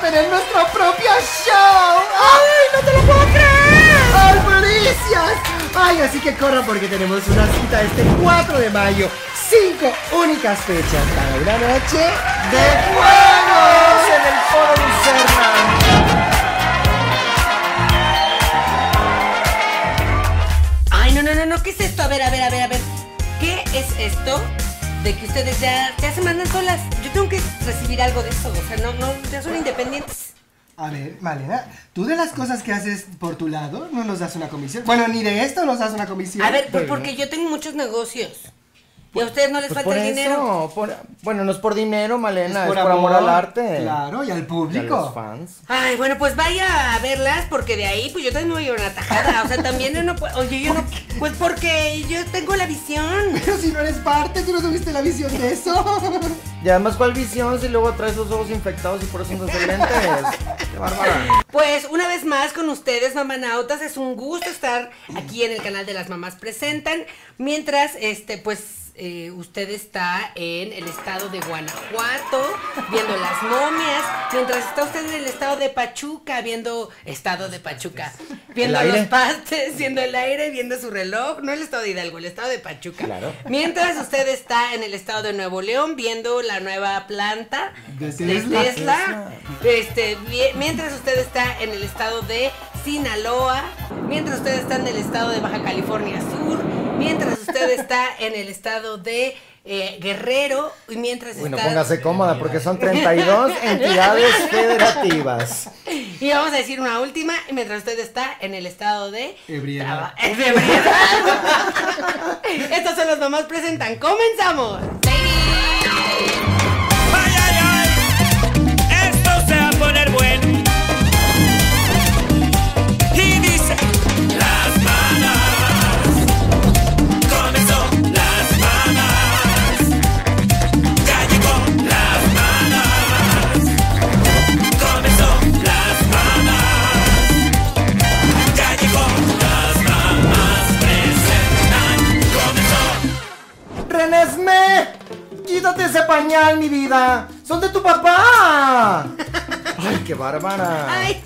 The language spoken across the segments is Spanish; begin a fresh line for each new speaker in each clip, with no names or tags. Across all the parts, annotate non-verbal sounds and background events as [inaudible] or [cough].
tener nuestro propio show. ¡Ay,
no te lo puedo creer!
¡Ay, delicias! ¡Ay, así que corra porque tenemos una cita este 4 de mayo! Cinco únicas fechas para una noche de juegos en el Foro Lucerna.
Ay, no, no, no, no, ¿qué es esto? A ver, a ver, a ver, a ver. ¿Qué es esto? de que ustedes ya, ya se mandan solas. Yo tengo que recibir algo de eso, o sea, no, no, ya son independientes.
A ver, Malena, tú de las cosas que haces por tu lado no nos das una comisión. Bueno, ni de esto nos das una comisión.
A ver, pues porque yo tengo muchos negocios. ¿Y a ustedes no les
Pues
falta
por
el
eso,
dinero?
por- bueno, no es por dinero, Malena,
Es
es
por
por, amor,
amor,
al arte.
Claro, y al
Y a los
público.
fans.
Ay, bueno, pues vaya a verlas, porque de ahí, pues yo también me voy a una tajada. O sea, también yo no puedo. Oye, yo no. Pues porque yo tengo la visión.
Pero si no eres parte, si no tuviste la visión de eso.
Y además, ¿cuál visión si luego traes los ojos infectados y por eso
[laughs]
no se lentes? ¡Qué bárbara!
Pues una vez más con ustedes, mamanautas, es un gusto estar aquí en el canal de las mamás presentan, mientras este pues eh, usted está en el estado de Guanajuato viendo las momias, mientras está usted en el estado de Pachuca viendo estado de Pachuca, viendo
El aire.
los pastes, viendo el aire, viendo su reloj, no el estado de Hidalgo, el estado de Pachuca.
Claro.
Mientras usted está en el estado de Nuevo León viendo la nueva planta
De
de
Tesla.
Tesla. [laughs] Este, mi- mientras usted está en el estado de Sinaloa, mientras usted está en el estado de Baja California Sur, mientras usted está en el estado de eh, Guerrero y mientras
Bueno,
está
póngase cómoda porque
[laughs]
son 32 entidades federativas.
y vamos a decir una última y mientras usted está en el estado de
Ebriedad.
Traba- [laughs] de ebriedad. Estos son los mamás presentan. Comenzamos.
¡Ay, ay, ay! Esto se va a poner bueno. Y dice: Las manas. Comenzó las manas. Ya llegó las manas. Comenzó las manas. Ya llegó las manas. Presentan. Comenzó.
¡Renesme! ¡Quítate ese pañal, mi vida! ¡Son de tu papá! ¡Ay, qué bárbara!
Ay,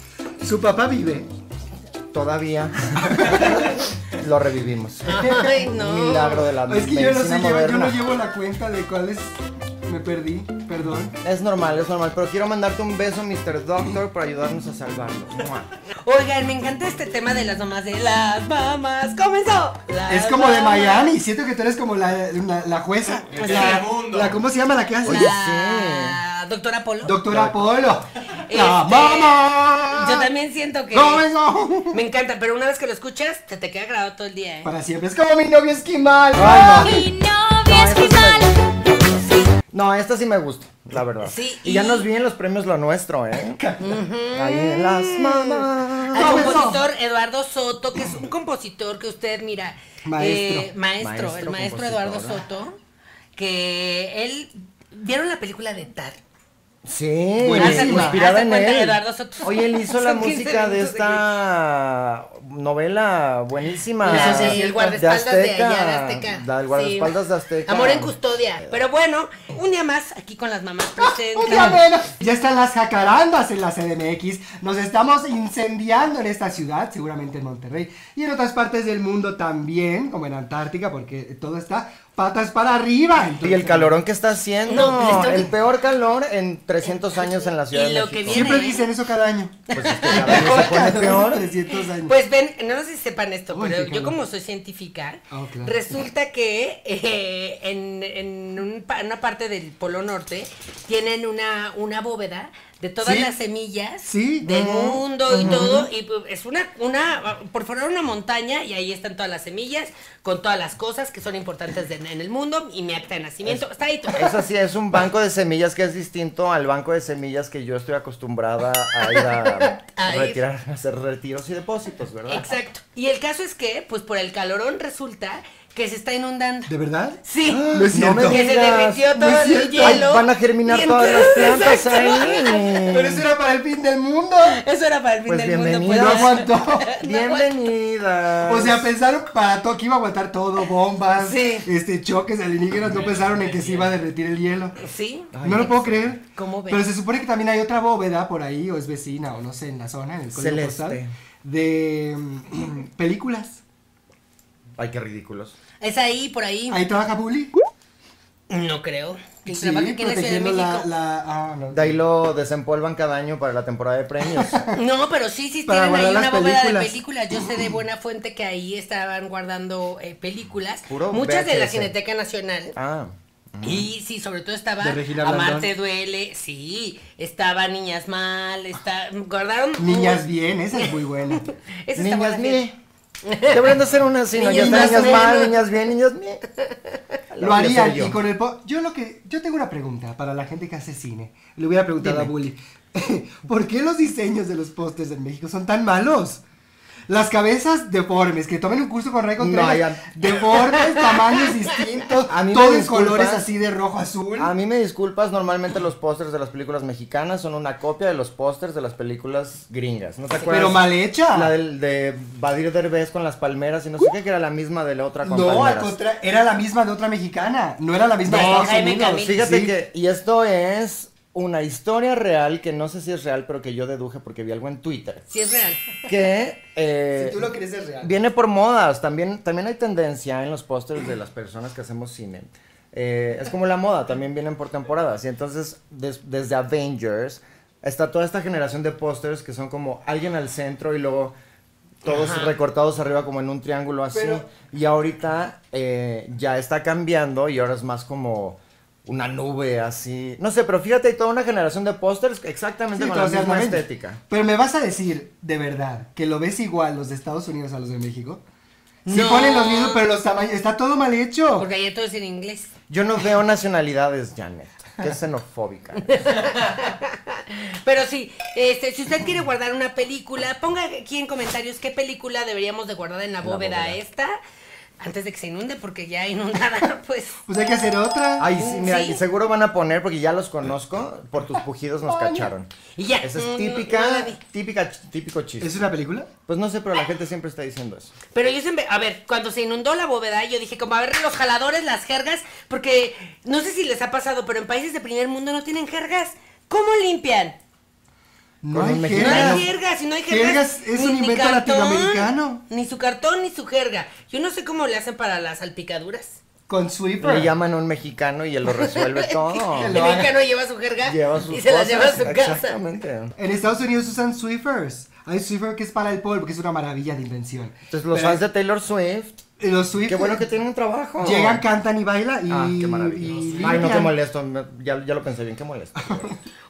Su papá vive.
Todavía. [laughs] Lo revivimos.
ay, Ah, no.
Milagro de la
Es que yo no
medicina
sé, yo, yo
moderna.
no llevo la cuenta de cuáles me perdí, perdón.
Es normal, es normal, pero quiero mandarte un beso, Mr. Doctor, para ayudarnos a salvarlo. ¡Mua!
Oigan, me encanta este tema de las mamás de las mamás. ¡Comenzó! Las
Es como de
mamás.
Miami, siento que tú eres como la, la, la jueza.
Sí.
La, la- ¿Cómo se llama la que hace?
Oye,
La Doctora Polo.
Doctora Polo.
Este,
La mamá.
Yo también siento que.
¿Cómo eso?
Me encanta, pero una vez que lo escuchas, te, te queda grabado todo el día, ¿eh?
Para siempre. Es como mi novio esquimal.
Ay,
Mi novia es criminal.
no. No, esta sí me gusta, la verdad.
Sí,
Y ya
y-
nos vienen los premios lo nuestro, ¿eh? Ahí en las mamás.
Al
¿Cómo eso?
compositor Eduardo Soto, que es un compositor que usted, mira.
Maestro.
eh, maestro,
Maestro,
el maestro
compositor. ¿eh?
Eduardo Soto, que él. ¿Vieron la película de Tar?
Sí,
Buenísima.
inspirada
Hazte
en
cuenta,
él.
Eduardo Soto.
Oye, él hizo la
Son 15
música de
minutos de
esta novela buenísima.
La
sí,
del guardaespaldas de, allá, de Azteca.
La del guardaespaldas de Azteca. Eh.
Sí. Amor en custodia. Pero bueno, un día más aquí con las mamás
[laughs]
presentes.
Un día menos. Ya están las jacarandas en la CDMX. Nos estamos incendiando en esta ciudad, seguramente en Monterrey. Y en otras partes del mundo también, como en Antártica, porque todo está patas para arriba.
Y el
Entonces,
calorón que está haciendo.
No, pues,
el
esto-
peor calor en 300 años en la ciudad.
Y
de
lo que
México.
viene-
Siempre
¿eh?
dicen eso cada año.
Pues es que cada vez se pone
[laughs]
peor.
300 años.
Pues ven, no sé si sepan esto,
Uy,
pero
qué
yo
calor.
como soy científica,
Ah, claro.
resulta que eh, en, en un pa- una parte del Polo Norte tienen una, una bóveda de todas
Sí.
las semillas
Sí.
del
Ujú.
mundo y todo, y pues, es una, una, por favor, una montaña y ahí están todas las semillas con todas las cosas que son importantes de- en el mundo y mi acta de nacimiento, está ahí todo.
Es así, es un banco de semillas que es distinto al banco de semillas que yo estoy acostumbrada a ir a,
A ir.
retirar, a hacer retiros y depósitos, ¿verdad?
Exacto. Y el caso es que, pues por el calorón resulta que se está inundando.
¿De ¡Ah! verdad?
Sí.
No es
No me
cierto.
que se
digas,
derritió
no
todo
es
el
cierto. Ay,
hielo.
van a germinar
y
todas las
entonces-
plantas
Pero eso
ahí.
era para el fin del mundo.
Eso era para el fin
Pues
del
No
bienvenido.
mundo. pues.
aguantó.
[laughs]
Bienvenida.
O sea, pensaron para todo que iba a aguantar todo, bombas,
Sí.
este choques alienígenas, no pensaron en que se iba a derretir el hielo.
Sí.
no lo puedo creer.
¿Cómo ven?
Pero se supone que también hay otra bóveda por ahí, o es vecina, o no sé, en la zona, en el código
Celeste.
postal, de mm, películas.
Ay, qué ridículos.
Es ahí, por ahí.
Ahí trabaja Bully.
No creo. Que
Sí,
trabaja aquí en la Ciudad de
protegiendo la,
México.
la- ah, no.
De ahí lo desempolvan cada año para la temporada de
[laughs]
premios.
No, pero sí, sí
Para
tienen ahí
guardar
una
las
bóveda de
películas.
películas. Yo sé de buena fuente que ahí estaban guardando eh, películas.
Puro
muchas de la
VHS.
Cineteca Nacional.
Ah.
Y sí, sobre todo estaba
De Regina
Amarte
Blandón.
Duele, sí, estaba Niñas Mal, está, guardaron...
Niñas bien, esa es muy buena.
[laughs] Esa está buena
Niñas
serie.
mí. Deberían de ser una así, ¿no? Ya
Niñas
están niñas mal,
menos.
niñas bien, niñas mí.
Lo harían
Yo.
y con el po- yo lo que yo tengo una pregunta para la gente que hace cine. Le hubiera preguntado a
Dime.
Bully. [laughs] ¿Por qué los diseños de los pósters en México son tan malos? Las cabezas deformes, que tomen un curso con Ray Contreras,
ya- [laughs]
deformes, tamaños distintos,
A mí me
todo en
disculpas.
colores así de rojo azul.
A mí me disculpas, normalmente los pósters de las películas mexicanas son una copia de los pósters de las películas gringas. ¿No te acuerdas?
pero mal hecha.
La del, de Badir Derbez con las palmeras y no sé qué, que era la misma de la otra con
no, al
palmeras.
contrario, era la misma de otra mexicana, no era la misma de
No,
Estados
Jaime
Unidos.
Camil.
Fíjate
Sí.
que, y esto es una historia real que no sé si es real, pero que yo deduje porque vi algo en Twitter.
Sí, es real.
Que eh,
si tú lo crees es real.
Viene por modas, también, también hay tendencia en los pósters de las personas que hacemos cine. Eh, es como la moda, también vienen por temporadas. Y entonces, des- desde Avengers, está toda esta generación de pósters que son como alguien al centro y luego todos recortados arriba como en un triángulo así.
Pero-
y ahorita eh, ya está cambiando y ahora es más como una nube así. No sé, pero fíjate, hay toda una generación de pósters exactamente
Sí,
con la
todas
misma
las mismas.
estética.
Pero me vas a decir, de verdad, que lo ves igual los de Estados Unidos a los de México. Si
No.
ponen los mismos, pero los tamaños, está todo mal hecho.
Porque ayer todo es en inglés.
Yo no veo nacionalidades, Janet.
[laughs]
Qué xenofóbica.
Pero sí, este, si usted quiere guardar una película, ponga aquí en comentarios qué película deberíamos de guardar en la bóveda,
bóveda.
esta, antes de que se inunde, porque ya inundada, [laughs] pues.
Pues hay que hacer otra.
Ay, sí, mira,
Sí.
y seguro van a poner, porque ya los conozco, por tus pujidos nos cacharon.
Y ya.
Esa
No, no,
es típica,
no la vi.
típica, ch- típico chiste.
¿Es una película?
Pues no sé, pero la gente siempre está diciendo eso.
Pero yo siempre, a ver, cuando se inundó la bóveda, yo dije, como a ver los jaladores, las jergas, porque no sé si les ha pasado, pero en países de primer mundo no tienen jergas. ¿Cómo limpian?
No
Con
hay
un
No
Jergas.
jerga.
hay jergas, y no hay jergas.
Jergas es un invento latinoamericano.
Ni su cartón, ni su jerga. Yo no sé cómo le hacen para las salpicaduras.
Con
Le
Sweeper.
llaman a un mexicano y él
[laughs]
lo [laughs] resuelve todo.
El
lo haga.
mexicano lleva su jerga
lleva sus
y se la lleva a
cosas,
su casa.
Exactamente.
En Estados Unidos usan Sweepers. Hay Sweeper que es para el polvo, que es una maravilla de invención.
Entonces, los
Pero
fans de Taylor Swift,
Los Sweepers
qué bueno que tienen un trabajo.
llegan, cantan y bailan y...
Ah, qué maravilla. Ay, no, qué molesto. me- Ya, ya lo pensé bien, qué molesto.
[laughs]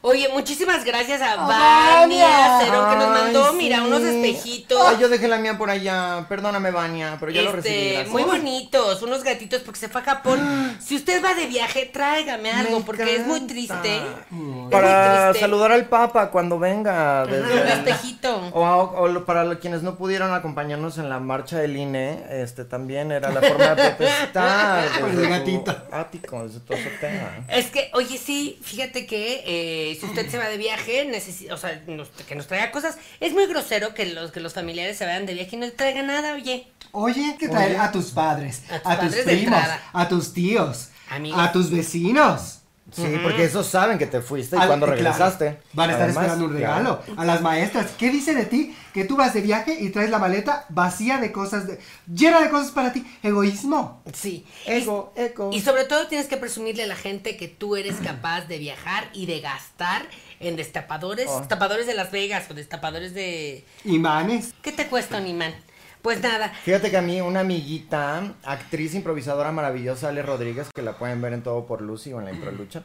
Oye, muchísimas gracias a
Vania.
Vania Cerón que nos mandó,
Ay,
mira,
sí.
unos espejitos.
Ay, yo dejé la mía por allá. Perdóname, Vania, pero ya lo
Este,
recibí. gracias.
muy bonitos, unos gatitos porque se fue a
[gasps]
Japón. Si usted va de viaje, tráigame algo
Me
porque es muy
encanta.
triste. Es muy
Para
triste.
saludar al Papa cuando venga. desde-
Un espejito.
O, a- o lo- para lo- quienes no pudieron acompañarnos en la marcha del INE, este también era la forma de protestar. [laughs]
Con el
desde tu
gatito.
Ático, desde tu azotea.
Es que, oye, sí, fíjate que eh, si usted se va de viaje, necesi- o sea, nos- que nos traiga cosas. Es muy grosero que los, que los familiares se vayan de viaje y no le traigan nada, oye.
Oye, hay que traer
Oye.
a tus padres,
A tus
a tus
padres de
primos,
entrada.
a tus tíos,
Amigos.
a tus vecinos.
Sí, porque esos saben que te fuiste y
Al-
cuando
claro,
regresaste.
van a estar
Además,
esperando un
claro.
regalo. A las maestras, ¿qué dice de ti? Que tú vas de viaje y traes la maleta vacía de cosas, de- llena de cosas para ti. Egoísmo.
Sí.
Ego,
y,
ego.
Y sobre todo tienes que presumirle a la gente que tú eres capaz de viajar y de gastar en destapadores,
Oh.
destapadores de Las Vegas o destapadores de...
Imanes.
¿Qué te cuesta un imán? Pues nada.
Fíjate que a mí una amiguita, actriz improvisadora maravillosa, Ale Rodríguez, que la pueden ver en Todo por Lucy o en la Improlucha,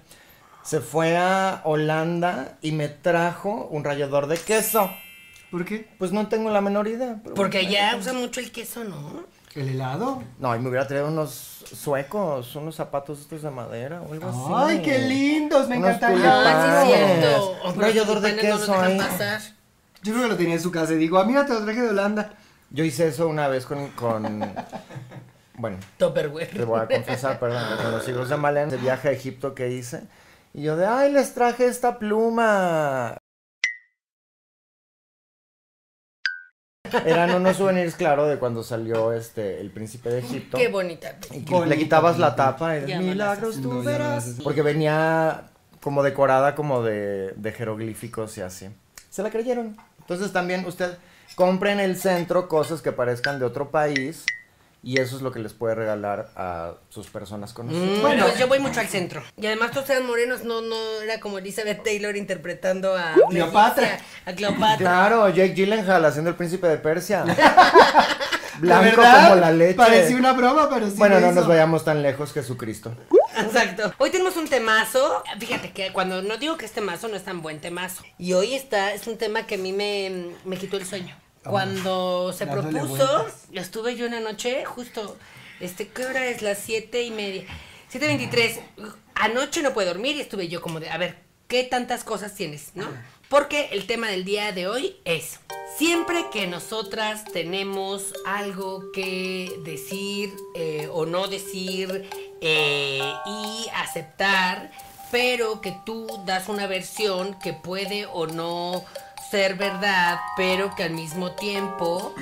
se fue a Holanda y me trajo un rallador de queso.
¿Por qué?
Pues no tengo la menor idea. pero
Porque
bueno.
allá usan mucho el queso, ¿no?
¿El helado?
No, y me hubiera traído unos suecos, unos zapatos estos de madera o algo así.
¡Ay, qué lindos! Me
Unos
encantaría.
tulipanes.
Ah, sí, es
Tulipanes.
cierto. Oh, pero
Rallador de
los tulipanes no los
queso,
dejan
¿eh?
pasar.
Yo creo que lo tenía en su casa y digo, ah, mira, te lo traje de Holanda.
Yo hice eso una vez con, con, Bueno,
Topperware.
te voy a confesar, perdón, con los hijos de Malena, el viaje a Egipto que hice. Y yo de, ay, les traje esta pluma. Eran unos souvenirs, claro, de cuando salió este el príncipe de Egipto.
Qué bonita.
Y que
Bonita
le quitabas la
película.
tapa y de,
Ya no la
milagros tú
No, ya no la
verás.
haces.
Porque venía como decorada como de, de jeroglíficos y así. Se la creyeron. Entonces también usted compre en el centro cosas que parezcan de otro país y eso es lo que les puede regalar a sus personas conocidas.
Bueno, pues yo voy mucho al centro. Y además todos eran morenos, no, no era como Elizabeth Taylor interpretando a
Cleopatra.
Leticia, A Cleopatra.
Claro, Jake Gyllenhaal haciendo el príncipe de
[laughs]
Persia. [laughs]
La
Blanco
verdad,
como la leche.
Pareció una broma, pero sí.
Bueno,
lo
no nos
hizo.
vayamos tan lejos, Jesucristo.
Exacto. Hoy tenemos un temazo. Fíjate que cuando no digo que es temazo, no es tan buen temazo. Y hoy está, es un tema que a mí me, me quitó el sueño. Cuando se
dándole
propuso,
vueltas.
estuve yo una noche, justo, este, ¿qué hora es? Las siete y media. 7.23. Anoche no pude dormir y estuve yo como de, a ver, ¿qué tantas cosas tienes? ¿No? Porque el tema del día de hoy es, siempre que nosotras tenemos algo que decir eh, o no decir eh, y aceptar, pero que tú das una versión que puede o no ser verdad, pero que al mismo tiempo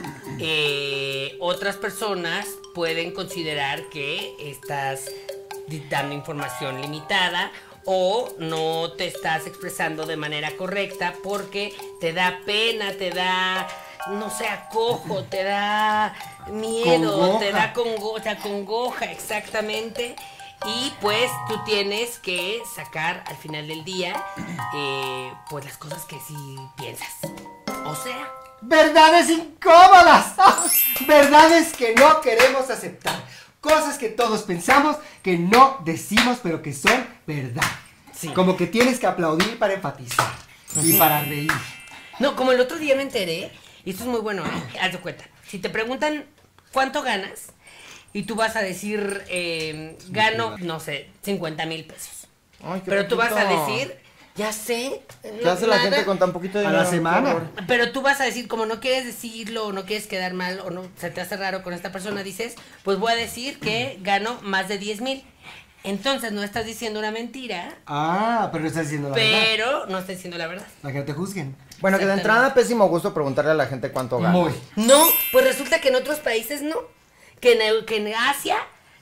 eh, otras personas pueden considerar que estás di- dando información limitada o no te estás expresando de manera correcta porque te da pena, te da, no sé, acojo, te da miedo, te
Congoja.
da congo, te acongoja, exactamente. Y pues tú tienes que sacar al final del día, eh, pues las cosas que sí piensas. O sea,
Verdades incómodas. [laughs] Verdades que no queremos aceptar. Cosas que todos pensamos, que no decimos, pero que son verdad.
Sí.
Como que tienes que aplaudir para enfatizar y para reír.
no, como el otro día me enteré, y esto es muy bueno, ¿eh? haz de cuenta. Si te preguntan cuánto ganas, y tú vas a decir, eh, gano, no sé, 50 mil pesos.
Ay, qué
Pero tú vas a
poquito.
decir, ya sé.
¿Qué
no,
hace la
nada".
gente con tan poquito
A
dinero?
la
Qué
semana.
horror.
Pero tú vas a decir, como no quieres decirlo, o no quieres quedar mal, o no se te hace raro con esta persona, dices, pues voy a decir que gano más de 10 mil. Entonces no estás diciendo una mentira,
Ah, pero no estás diciendo la verdad.
pero no estás diciendo la verdad.
Para que no te juzguen.
Bueno, que de
Exactamente.
entrada pésimo gusto preguntarle a la gente cuánto gana.
Muy.
No, pues resulta que en otros países no. Que en, eu- que en Asia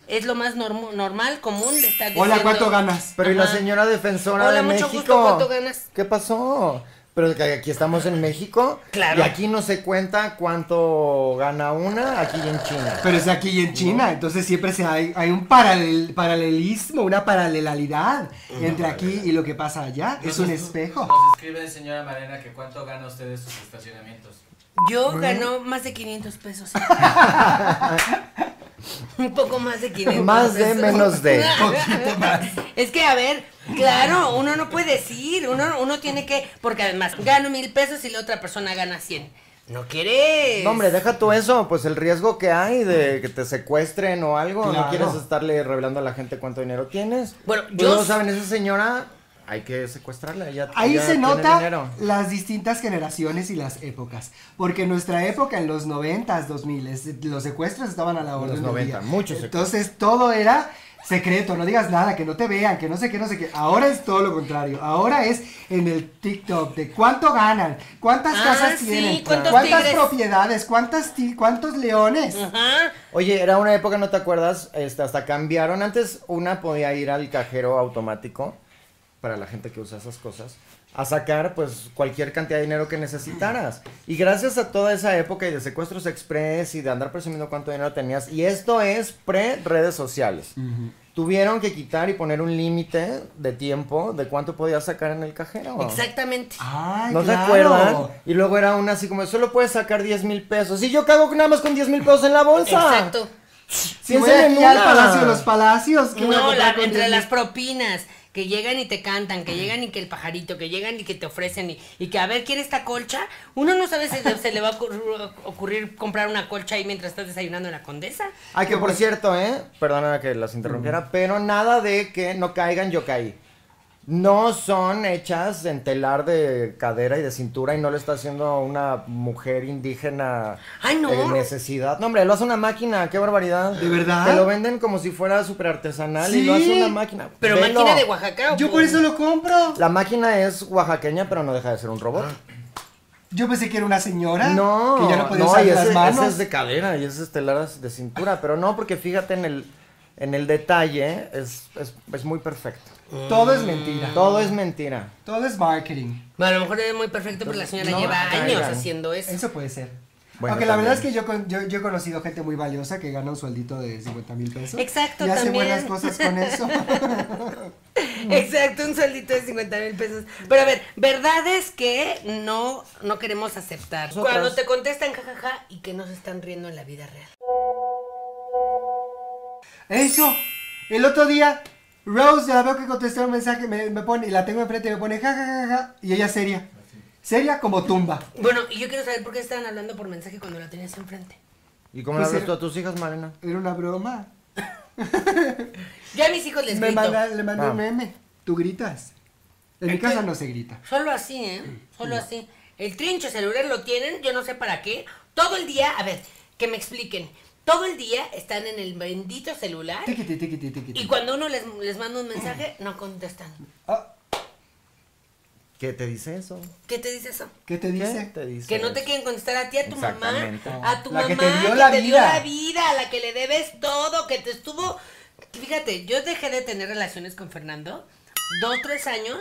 es lo más normo- normal, común de estar diciendo.
Hola, ¿cuánto ganas?
Pero y la
Ajá.
señora defensora
Hola,
de
mucho
México.
gusto, ¿cuánto ganas?
¿Qué pasó? Pero que aquí estamos en México.
Claro.
Y aquí no se cuenta cuánto gana una aquí y en China.
Pero es aquí y en China, entonces siempre se hay, hay un paralel- paralelismo, una paralelidad entre aquí y lo que pasa allá. Es un espejo.
Nos escribe señora Marena que cuánto gana usted de sus estacionamientos.
Yo ganó más de 500
[laughs]
pesos. Un poco más de 500
Más de,
pesos. [laughs]
menos de.
Poquito más.
Es que, a ver, claro, uno no puede decir, uno, uno tiene que, porque además gano mil pesos y la otra persona gana 100. No quieres.
No, hombre, deja tú eso, pues el riesgo que hay de que te secuestren o algo,
Claro.
no quieres estarle revelando a la gente cuánto dinero tienes.
Bueno,
Y
yo
luego
s-
saben, esa señora hay que secuestrarla, ella
Ahí
ya
se
tiene
nota
dinero.
las distintas generaciones y las épocas. Porque en nuestra época, en los 90s, 2000 los secuestros estaban a la orden. del
90,
día.
muchos secuestros.
Entonces todo era secreto, no digas nada, que no te vean, que no sé qué, no sé qué. Ahora es todo lo contrario. Ahora es en el TikTok de cuánto ganan, cuántas
Ah,
casas
sí,
tienen,
¿cuántos
cuántas
tigres? Mm.
propiedades, cuántas ti- cuántos leones.
Ajá.
Oye, era una época, ¿no te acuerdas? Este, hasta cambiaron. Antes una podía ir al cajero automático, para la gente que usa esas cosas, a sacar pues cualquier cantidad de dinero que necesitaras. Y gracias a toda esa época y de secuestros express y de andar presumiendo cuánto dinero tenías, y esto es pre-redes sociales. Tuvieron que quitar y poner un límite de tiempo de cuánto podías sacar en el cajero.
Exactamente.
Ay,
¿No se
claro.
acuerdan? Y luego era una así como, solo puedes sacar 10 mil pesos. Y yo cago nada más con 10 mil pesos en la bolsa.
Exacto.
Si voy
Piensen en
aquí al
una.
Palacio de los Palacios. ¿qué voy a
No,
comprar
la-
con
entre
10.000?
las propinas que llegan y te cantan, que llegan y que el pajarito, que llegan y que te ofrecen y, y que a ver quién esta colcha, uno no sabe si se, se le va a ocurrir, ocurrir comprar una colcha ahí mientras estás desayunando en la condesa.
Ah, que por cierto, ¿eh? Perdona que las interrumpiera, pero nada de que no caigan, yo caí. no son hechas en telar de cadera y de cintura y no lo está haciendo una mujer indígena
Ay, no.
en necesidad. No, hombre, lo hace una máquina, qué barbaridad.
¿De verdad?
Te lo venden como si fuera súper artesanal y lo
Sí.
hace una máquina.
Pero
Velo.
máquina de Oaxaca. ¿o
Yo por eso lo compro.
La máquina es oaxaqueña, pero no deja de ser un robot.
Yo pensé que era una señora.
No,
Que ya no podía
no,
usar
y
las
ese-
manos.
ese es de cadera y ese es telar de cintura, pero no, porque fíjate en el, en el detalle, es, es, es muy perfecto.
Todo es mentira.
Todo es mentira.
Todo es marketing.
A lo mejor es muy perfecto, pero la señora
No,
lleva
caigan.
años haciendo eso.
Eso puede ser.
Bueno,
Aunque la verdad es que
también.
yo, con- yo, yo he conocido gente muy valiosa que gana un sueldito de 50 mil pesos.
Exacto,
Y hace
también.
buenas cosas
[laughs]
con eso. [laughs]
Exacto, un sueldito de 50 mil pesos. Pero a ver, verdades que no, no queremos aceptar.
Nosotras-
Cuando te contestan jajaja y que no se están riendo en la vida real.
eso. El otro día, Rose, la veo que contestó un mensaje, me, me pone, y la tengo enfrente y me pone ja, ja, ja, ja, y ella seria. Seria como tumba.
Bueno, y yo quiero saber por qué estaban hablando por mensaje cuando la tenías enfrente.
¿Y cómo
Pues
le hablas
era-
tú a tus hijas, Marina?
Era una broma.
Ya a mis hijos les
Me
grito.
manda- le mandé
Ah.
un meme. Tú gritas. En mi casa no se grita.
Solo así, ¿eh? Solo así. El trincho celular lo tienen, yo no sé para qué. Todo el día, a ver, que me expliquen. Todo el día están en el bendito celular
Tiquiti, tiquiti, tiquiti.
y cuando uno les, les manda un mensaje, no contestan.
Ah,
¿Qué te dice eso?
¿Qué te dice eso?
¿Qué te
¿Qué
dice?
te dice
Que no te
eso?
quieren contestar a ti, a tu mamá,
Exactamente.
a tu
La
mamá,
que te dio la
te dio
vida.
la vida, a la que le debes todo, que te estuvo... Fíjate, yo dejé de tener relaciones con Fernando dos, tres años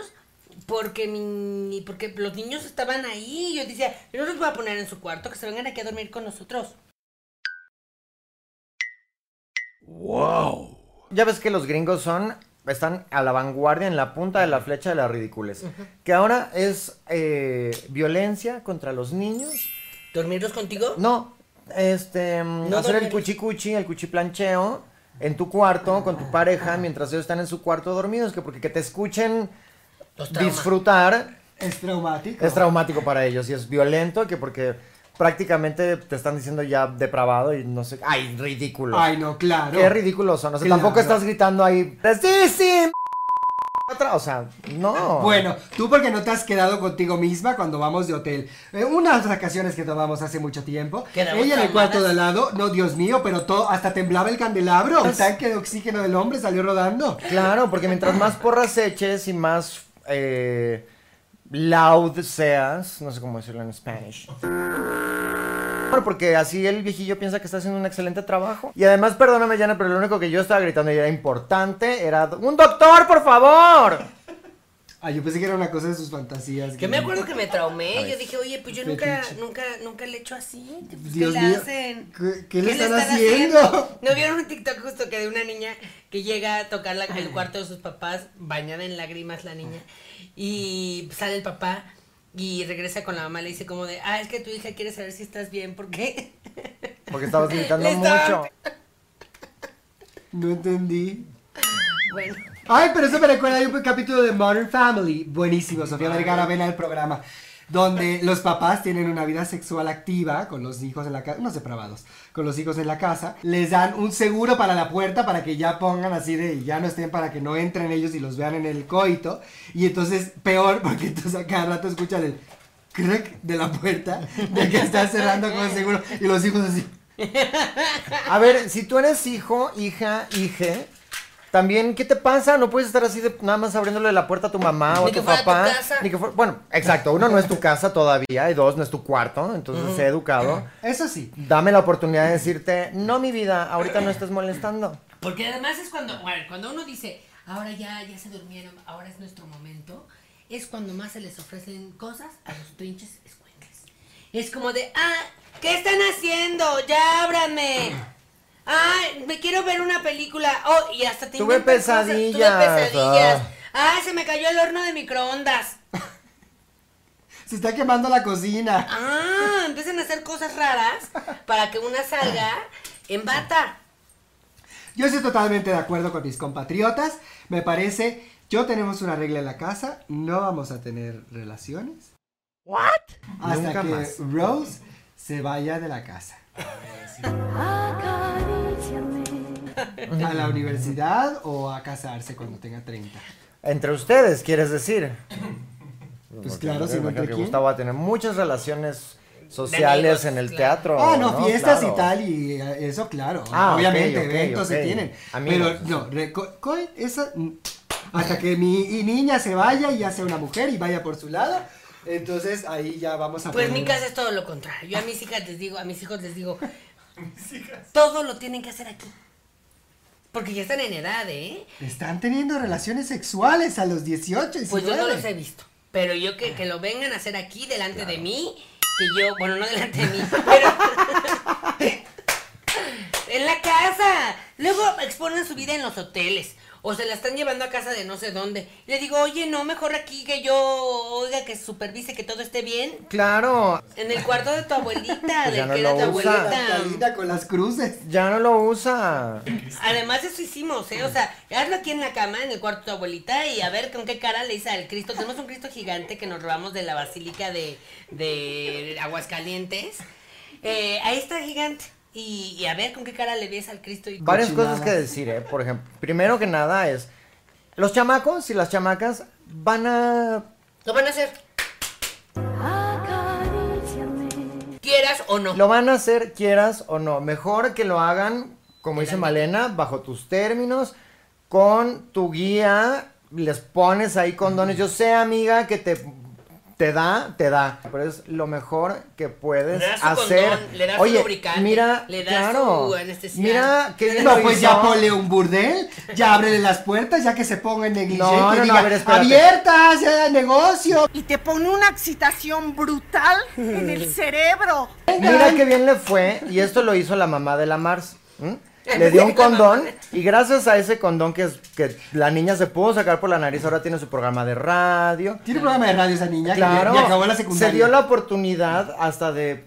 porque mi, porque los niños estaban ahí y yo decía, yo no los voy a poner en su cuarto, que se vengan aquí a dormir con nosotros.
Ya ves que los gringos son, están a la vanguardia, en la punta de la flecha de la ridiculez. Que ahora es eh, violencia contra los niños.
¿Dormirlos contigo?
No, este,
No
hacer el
dormir.
cuchicuchi, el cuchiplancheo en tu cuarto con tu pareja mientras ellos están en su cuarto dormidos, que porque que te escuchen
Los traumas.
disfrutar
Es traumático.
es traumático para ellos y es violento, que porque prácticamente te están diciendo ya depravado y no sé, ay, ridículo.
Ay, no, claro.
Qué ridículo son. O sea,
Claro.
tampoco estás gritando ahí. Sí, sí. m- Otra, o sea, no.
Bueno, tú porque no te has quedado contigo misma cuando vamos de hotel. Eh, unas vacaciones que tomamos hace mucho tiempo.
Quedamos
Ella en el
traumadas.
cuarto de al lado, no, Dios mío, pero todo, hasta temblaba el candelabro.
Pues
El tanque de oxígeno del hombre salió rodando.
Claro, porque mientras más porras eches y más eh, loud seas, no sé cómo decirlo en Spanish. Bueno, porque así el viejillo piensa que está haciendo un excelente trabajo. Y además, perdóname, Yana, pero lo único que yo estaba gritando y era importante era: ¡Un doctor, por favor!
Ay, yo pensé que era una cosa de sus fantasías.
Yo me acuerdo que me traumé, yo dije, oye, pues yo nunca,
Fetiche.
nunca, nunca le he hecho así. que, pues,
Dios
¿qué le
mío,
hacen?
¿qué- qué le están haciendo?
¿No vieron un TikTok justo que de una niña que llega a tocar la- el cuarto de sus papás, bañada en lágrimas la niña, y sale el papá y regresa con la mamá, le dice como de, ah, es que tu hija quiere saber si estás bien, ¿por qué? [laughs]
Porque estabas gritando
Le estaba-
mucho.
No entendí.
Bueno,
Ay, pero eso me recuerda a un capítulo de Modern Family. Buenísimo, Sofía Vergara, ven al programa. Donde los papás tienen una vida sexual activa con los hijos en la casa, unos depravados, con los hijos en la casa. Les dan un seguro para la puerta para que ya pongan así de, ya no estén, para que no entren ellos y los vean en el coito. Y entonces, peor, [laughs] porque entonces a cada rato escuchan el crack de la puerta, de que están cerrando con el seguro. Y los hijos así.
A ver, si tú eres hijo, hija, hije, también, ¿qué te pasa? No puedes estar así de, nada más abriéndole la puerta a tu mamá o
Ni
a
que
tu
fuera tu
papá.
casa.
Ni que fuera- bueno, exacto, uno no es tu casa todavía y dos no es tu cuarto, entonces sé educado.
Eso sí.
Dame la oportunidad de decirte, no mi vida, ahorita no estés molestando.
porque además es cuando, bueno, cuando uno dice, ahora ya, ya se durmieron, ahora es nuestro momento, es cuando más se les ofrecen cosas a los pinches escuencles. Es como de, ah, ¿qué están haciendo? Ya ábrame. Ay, me quiero ver una película. Oh, y hasta te
Tuve
inventan cosas. Tuve
pesadillas,
pesadillas.
ah.
Ay, se me cayó el horno de microondas.
Se está quemando la cocina.
Ah, empiezan a hacer cosas raras para que una salga en bata.
Yo estoy totalmente de acuerdo con mis compatriotas. Me parece, yo tenemos una regla en la casa, no vamos a tener relaciones. ¿What? Hasta
Nunca
que
más.
Rose se vaya de la casa.
Acaríciame.
A la universidad o a casarse cuando tenga 30.
Entre ustedes, quieres decir.
Pues
Porque
claro,
me
si no
imagino
entre
que
quién.
Gustavo va a tener muchas relaciones sociales
amigos,
en el
claro.
teatro.
Ah, no, fiestas
Claro.
y tal, y eh, eso claro,
Ah, ok,
obviamente,
ok,
eventos
ok.
se tienen.
Amigos.
Pero no, reco- co- esa, mm, hasta que mi y niña se vaya y ya sea una mujer y vaya por su lado, entonces ahí ya vamos a
Pues
poner-
mi casa es todo lo contrario. Yo a mis hijas les digo, a mis hijos les digo, todo lo tienen que hacer aquí. Porque ya están en edad, ¿eh?
Están teniendo relaciones sexuales a los 18 y
Pues yo no los he visto. Pero yo que, que lo vengan a hacer aquí delante de mí, que yo, bueno, no delante de mí, [laughs] pero... en la casa. Luego exponen su vida en los hoteles. O se la están llevando a casa de no sé dónde. Le digo, oye, no, mejor aquí que yo, oiga, que supervise que todo esté bien.
Claro,
En el cuarto de tu abuelita,
Pues
del
ya no
que era
lo
tu
usa.
abuelita.
con las cruces.
ya no lo usa.
Además, eso hicimos, ¿eh? O sea, hazlo aquí en la cama, en el cuarto de tu abuelita, y a ver con qué cara le hice al Cristo. Tenemos un Cristo gigante que nos robamos de la basílica de, de Aguascalientes. Eh, ahí está gigante. Y, y a ver con qué cara le ves al Cristo. Y...
Varias
Cochinadas.
cosas que decir, ¿eh? Por ejemplo, primero que nada es, los chamacos y las chamacas van a...
Lo van a hacer, quieras o no.
Lo van a hacer quieras o no. Mejor que lo hagan, como dice Malena, bajo tus términos, con tu guía, les pones ahí condones. Yo sé, amiga, que te, te da, te da. Pero es lo mejor que puedes
Le das su
hacer.
condón, le das su
Oye,
lubricante,
mira,
le das
claro,
su anestesia.
Mira,
Le
qué
das-
lindo
No, pues ya
hizo.
ponle un burdel, ya ábrele las puertas, ya que se ponga en negligente
No,
y
no, no,
diga,
a ver, espérate.
abiertas, ya negocio.
y te pone una excitación brutal en el cerebro.
Mira qué bien le fue, y esto lo hizo la mamá de la Mars. ¿m? Le dio un condón, y gracias a ese condón que, es- que la niña se pudo sacar por la nariz, ahora tiene su programa de radio.
Tiene un programa de radio esa niña,
Claro,
que ya- ya acabó la secundaria.
se dio la oportunidad hasta de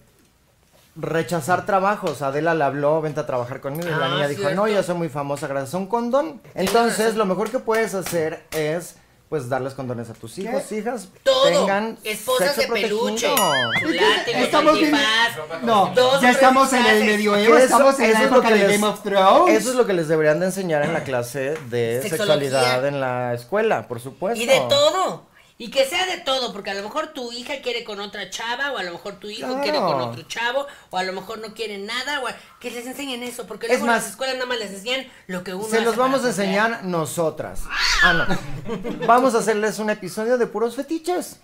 rechazar trabajos. Adela le habló, vente a trabajar conmigo, y la
Ah,
niña dijo,
cierto.
no, yo soy muy famosa gracias a un condón. Entonces, lo mejor que puedes hacer es... Pues darles condones a tus hijos, hijas,
Todo.
tengan
Esposas
sexo
de peluche.
protegido.
Látigos,
Estamos bien-
antifaz,
No,
dos
ya estamos en el
revisajes.
medioevo,
Eso-
pues estamos en
eso
la
es lo
época
que
de
les-
Game of Thrones.
Eso es lo que les deberían de enseñar en la clase de
Sexología.
sexualidad en la escuela, por supuesto.
Y de todo. Y que sea de todo, porque a lo mejor tu hija quiere con otra chava, o a lo mejor tu hijo
Claro.
quiere con otro chavo, o a lo mejor no quiere nada, o a- que les enseñen eso, porque
Es
luego en las
más,
escuelas nada más les enseñan lo que uno
Se
hace
los
para
vamos a
procrear.
enseñar nosotras. Ah, no. Vamos a hacerles un episodio de puros fetiches.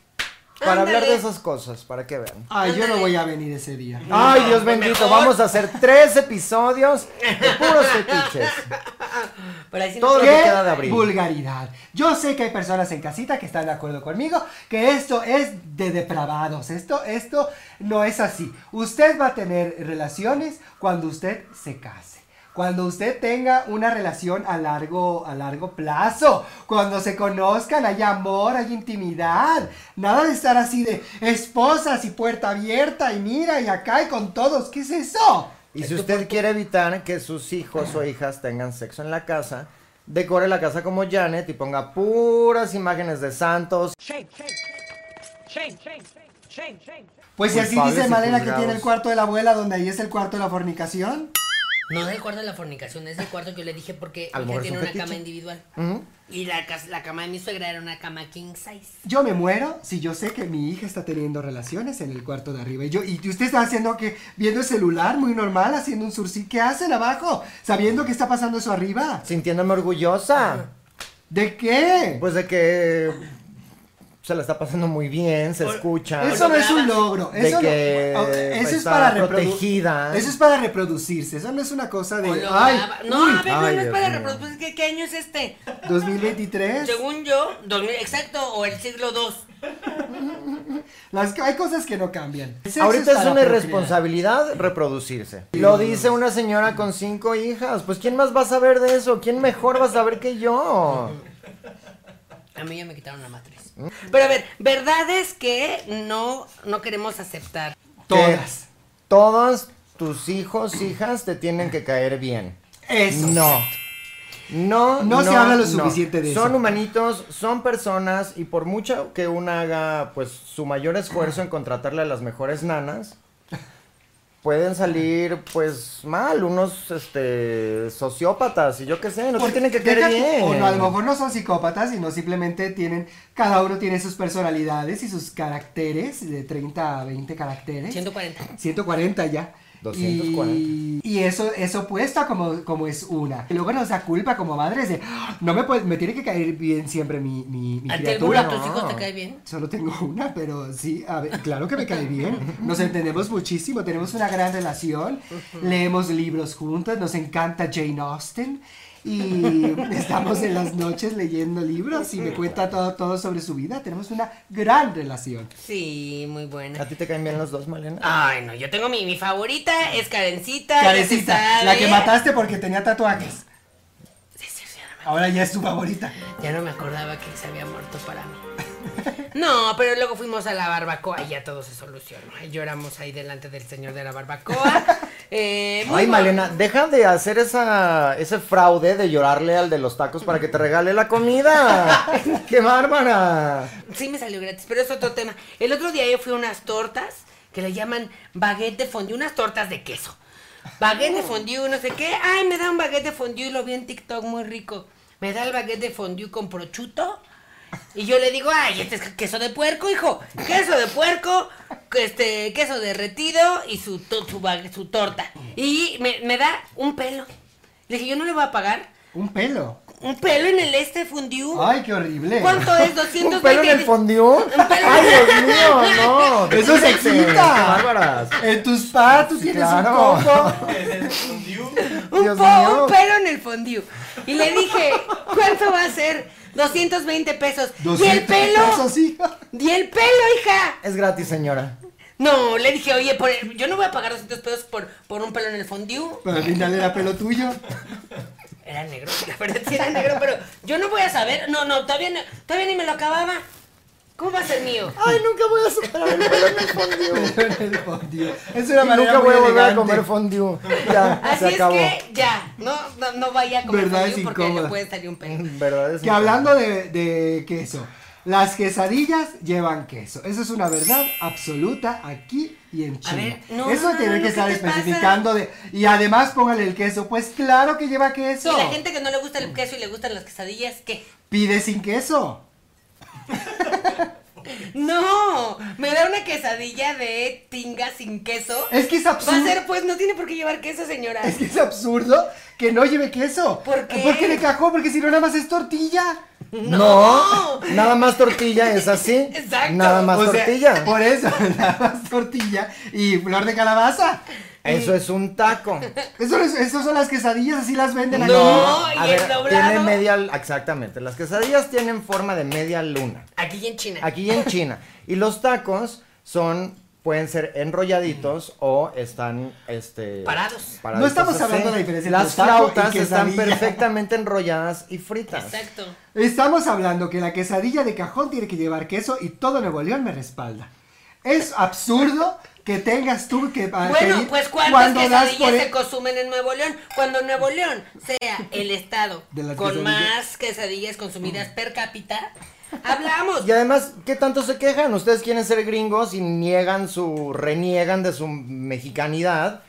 Para
Ándale.
hablar de esas cosas, para que vean.
Ay, yo no
Ándale.
voy a venir ese día.
Ay, Dios
no,
bendito,
mejor.
vamos a hacer tres episodios de puros fetiches.
Pero ahí sí
Todo
no-
lo que queda de abril.
vulgaridad. Yo sé que hay personas en casita que están de acuerdo conmigo que esto es de depravados. Esto, esto no es así. Usted va a tener relaciones cuando usted se case. Cuando usted tenga una relación a largo, a largo plazo, cuando se conozcan, hay amor, hay intimidad. Nada de estar así de esposas y puerta abierta y mira y acá y con todos. ¿Qué es eso?
Y si usted quiere evitar que sus hijos o hijas tengan sexo en la casa, decore la casa como Janet y ponga puras imágenes de santos.
Pues si así
Culpables
dice
y
Malena que
juzgados.
tiene el cuarto de la abuela donde ahí es el cuarto de la fornicación.
No es el cuarto de la fornicación, es el cuarto que yo le dije porque
A lo
mi hija
mejor es
tiene
un
una
fetiche.
cama individual.
Ujú.
Y la, cas- la cama de mi suegra era una cama king size.
Yo me muero si yo sé que mi hija está teniendo relaciones en el cuarto de arriba. Y yo, y usted está haciendo que, viendo el celular muy normal, haciendo un surcí. ¿Qué hacen abajo? Sabiendo que está pasando eso arriba.
Sintiéndome orgullosa.
¿De qué?
Pues de que se la está pasando muy bien, se escucha.
eso no es un logro.
De
Eso, no-
que,
ah,
pues,
eso es
está
para reprodu-
protegida.
Eso es para reproducirse. Eso no es una cosa de.
O lo
Ay,
graba- no, a ver, no,
Ay,
no es
Dios
para
mío.
reproducir. ¿Qué, qué año es este?
2023.
Según yo, 2000, exacto, o el siglo II.
Las, hay cosas que no cambian. El sexo
Ahorita es
para
una
procrear.
irresponsabilidad reproducirse. Lo dice una señora con cinco hijas. Pues ¿quién más va a saber de eso? ¿Quién mejor va a saber que yo?
A mí ya me quitaron la matriz.
¿Mm?
Pero a ver, verdades que no, no queremos aceptar.
Todas.
Que Todos tus hijos, hijas, te tienen que caer bien.
Eso.
No. No,
No se habla lo suficiente de
son
eso.
humanitos, son personas y por mucho que una haga pues su mayor esfuerzo en contratarle a las mejores nanas, pueden salir, pues, mal, unos este, sociópatas y yo qué sé, no se tienen que
Deja
caer
tú-
bien.
O no, a lo mejor no son psicópatas, sino simplemente tienen, cada uno tiene sus personalidades y sus caracteres, de 30 a 20 caracteres.
140.
140 ya.
240.
Y, y eso, eso cuesta como, como es una. Y luego nos da culpa como madres de, "Ah, no me puede- me tiene que caer bien siempre mi, mi, mi
¿A ti alguno
criatura.
de tus
No.
hijos te cae bien?
Solo tengo [laughs] una, pero sí, a ver, claro que me cae bien. Nos entendemos muchísimo, tenemos una gran relación, leemos libros juntos, nos encanta Jane Austen
[laughs]
y estamos en las noches leyendo libros y me cuenta todo, todo sobre su vida. Tenemos una gran relación.
Sí, muy
¿A
buena.
ti te caen bien los dos, Malena?
Ay, no, yo tengo mi, mi favorita, es Karencita. ya se
Carecita, la
sabe.
que mataste porque tenía tatuajes.
Sí, sí, sí, ya no
Ahora ya es tu favorita.
me- ya no me acordaba que se había muerto para mí. [laughs] No, pero luego fuimos a la barbacoa y ya todo se solucionó. Ay, Lloramos ahí delante del señor de
[laughs]
la barbacoa. Eh, muy
Ay,
bu-
Malena, deja de hacer esa, ese fraude de llorarle al de los tacos para que te regale la comida.
[laughs]
¡Qué bárbara!
Sí me salió gratis, pero es otro tema. El otro día yo fui a unas tortas que le llaman baguette de fondue, unas tortas de queso. Baguette
Oh.
de fondue, no sé qué. Ay, me da un baguette de fondue y lo vi en TikTok muy rico. Me da el baguette de fondue con prochuto. Y yo le digo, ay, este es queso de puerco, hijo. Queso de puerco, este, queso derretido y su, to- su, bague- su torta. Y me, me da un pelo. Le dije, yo no le voy a pagar.
Un pelo.
Un pelo en el este fondue.
Ay, qué horrible.
¿Cuánto es? 220.
[laughs] ¿Un pelo en el fondue?
pelo.
¡Ay, Dios mío, no!
Eso es
Fíjense,
excita.
¡Qué bárbaras!
En tus pa, tú tienes
claro.
un combo.
un,
Dios
po-
mío.
un pelo en el fondue. Y le dije, ¿cuánto va a ser? 220 pesos. ¿Y el
200
pelo?
pesos, hija.
¿Y el pelo, hija?
Es gratis, señora.
No, le dije, oye, por el- yo no voy a pagar 200 pesos por, por un pelo en el fondue.
Pero al final era pelo tuyo.
Era negro, [laughs] la verdad sí era negro, pero yo no voy a saber. No, no, todavía, no- todavía ni me lo acababa. ¿Cómo va a ser mío?
¡Ay, nunca voy a superar el pelo en el fondue!
Pelo en el fondue. Es
Y
una manera
nunca voy a
muy
volver a
elegante.
comer fondue.
[laughs]
Ya,
Así
se
es
acabó.
que ya, no, no, no vaya a comer
Verdad,
fondue
es
porque le
incómoda.
puede salir un
Mm.
pelo.
¿Verdad? Es
Que hablando de, de queso, las quesadillas llevan queso. Eso es una verdad absoluta aquí y en Chile.
ver, no,
Eso
no,
tiene
no,
que
¿qué
estar
te pasa?
especificando de. Y además póngale el queso. Pues claro que lleva
Y
queso.
la gente que no le gusta el queso y le gustan las quesadillas, ¿qué?
Pide sin queso.
No, me da una quesadilla de tinga sin queso.
Es que es
Va a
absurdo.
ser, pues, no tiene por qué llevar queso, señora.
Es que es absurdo que no lleve queso.
¿Por qué?
Porque le cajó, porque si no nada más es tortilla.
No, nada más tortilla, es así.
Exacto.
Nada más
O sea,
tortilla.
por eso, [laughs] nada más tortilla y flor de calabaza.
Eso es un taco.
Eso, es- eso son las quesadillas, así las venden aquí.
No, y
a
el doblado.
Tiene media, exactamente. Las quesadillas tienen forma de media luna.
Aquí en China.
Aquí en China. Y los tacos son, pueden ser enrolladitos o están, este,
Parados.
No estamos hablando de la diferencia entre
Las
taco y
flautas están
quesadilla.
perfectamente enrolladas y fritas.
Exacto.
Estamos hablando que la quesadilla de cajón tiene que llevar queso y todo Nuevo León me respalda. Es absurdo que tengas tú que pa-
Bueno,
pedir
pues, ¿cuántas
Ah, cuando das
quesadillas
por e-
se
el-
consumen en Nuevo León? Cuando Nuevo León
[laughs]
sea el estado
De las
con
quesadillas.
más quesadillas consumidas per cápita, hablamos.
Y además, ¿qué tanto se quejan? Ustedes quieren ser gringos y niegan su, reniegan de su mexicanidad.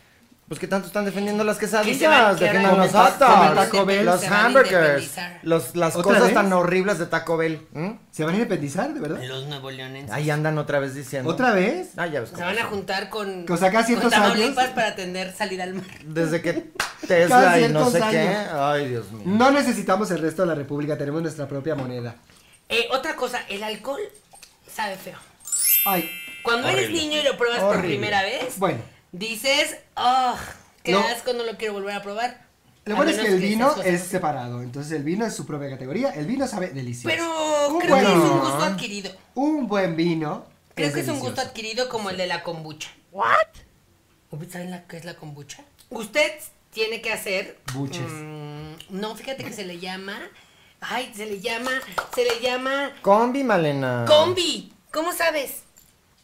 Pues qué tanto están defendiendo las
Que se van-
quesadillas,
que
defiendan
ahora
los
los
hot
tacos,
dogs,
como Taco Bell.
los
Se van a
hamburgers,
independizar.
los, las
¿Otra
cosas
vez?
tan horribles de Taco Bell. ¿m?
¿Se van a independizar, de verdad?
Los Nuevo Leones
Ahí andan otra vez diciendo.
¿Otra vez?
Ah, ya ves.
se van a juntar con,
O sea, cada
con
ciertos
Tamaulipas
años-
para tener salida al mar.
Desde que
Cada
Tesla y no
ciertos
sé qué.
años.
Ay, Dios mío.
No necesitamos el resto de la República, tenemos nuestra propia moneda.
Eh, otra cosa, el alcohol sabe feo.
Ay,
Cuando eres niño y lo pruebas por
Horrible.
primera vez,
bueno.
dices, oh, qué
No.
asco, no lo quiero volver a probar.
Lo
A
bueno es que
menos
el
esas
vino
cosas-
es separado, entonces el vino es su propia categoría, el vino sabe delicioso.
Pero
Un
creo
buen-
que es un gusto adquirido.
Un buen vino.
Creo que es un
delicioso.
gusto adquirido como el de la kombucha. ¿What? ¿Saben la- qué es la kombucha? Usted tiene que hacer...
Buches.
mm, no, fíjate que se le llama... Ay, se le llama... Se le llama...
Combi, Malena.
Combi. ¿Cómo sabes?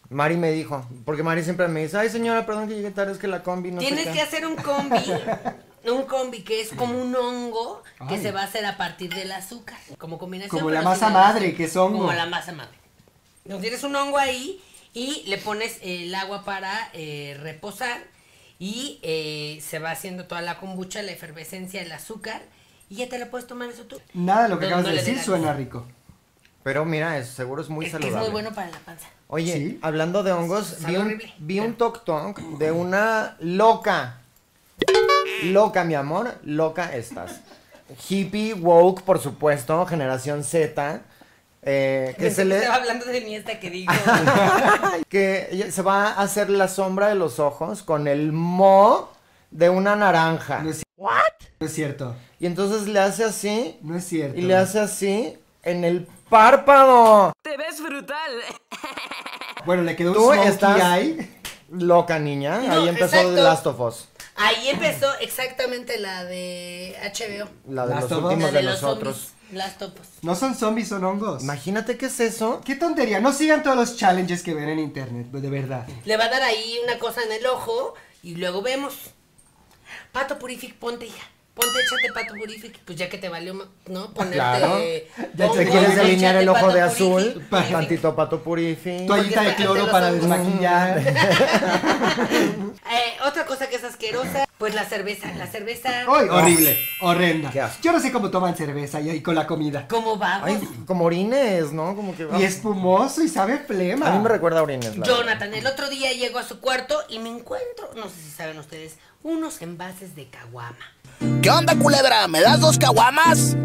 Mari me dijo, porque Mari siempre me dice, ay señora, perdón que llegué tarde, es que la combi no sé
Tienes
qué".
que hacer un combi, un combi que es como un hongo que
Ay.
se va a hacer a partir del azúcar, como combinación.
Como la
pero sin
masa
el
madre,
azúcar.
que es hongo.
Como la masa madre. Entonces tienes un hongo ahí y le pones el agua para eh, reposar y eh, se va haciendo toda la kombucha, la efervescencia, el azúcar y ya te la puedes tomar eso tú.
Nada de lo que
No,
acabas
no
de
le
decir
legaliza.
suena rico.
Pero mira, es- seguro es muy
es que es
saludable.
muy bueno para la panza.
Oye,
Sí.
hablando de hongos,
Sabe
vi un,
horrible.
vi un toc tonk de una loca. Loca, mi amor, loca estás. Hippie, woke, por supuesto, generación Z. eh, que se
Pensé
le.
Estaba hablando de mí hasta que
[laughs]
digo.
que ella se va a hacer la sombra de los ojos con el mo de una naranja.
No es, no es cierto.
Y entonces le hace así.
No es cierto.
Y le hace así en el párpado.
Bueno, le quedó un
Tú
smokey
estás-
eye.
Loca niña.
No,
Ahí empezó
exacto.
The Last of Us.
Ahí empezó exactamente la de HBO.
La de
Last
los
of Us.
La
últimos de,
de los
nosotros.
zombies, las topos.
No son zombies, son hongos.
Imagínate qué es eso.
Qué tontería. No sigan todos los challenges que ven en internet, de verdad.
Le va a dar ahí una cosa en el ojo y luego vemos. Pato Purific, ponte ya. Ponte, échate Pato Purific. Pues ya que te valió, ma- ¿no? Ponerte.
Ah, Claro.
Ya te
hongo,
quieres
échate
alinear el ojo
Pato
de
Purific,
azul.
Purific.
Tantito [laughs] pato purifi.
Toallita de
está
cloro
ante
para
los ojos.
[laughs]
desmaquillar.
Eh, otra cosa que es asquerosa, pues la cerveza. La cerveza.
Ay, horrible, horrenda.
Qué asco.
Yo no sé cómo toman cerveza y, y con la comida.
Como vamos.
Ay, como orines, ¿no? Como que.
Y espumoso y sabe flema.
A mí me recuerda a orines. la verdad.
Jonathan, el otro día llego a su cuarto y me encuentro, no sé si saben ustedes, unos envases de caguama.
¿Qué onda, culebra? ¿Me das dos caguamas?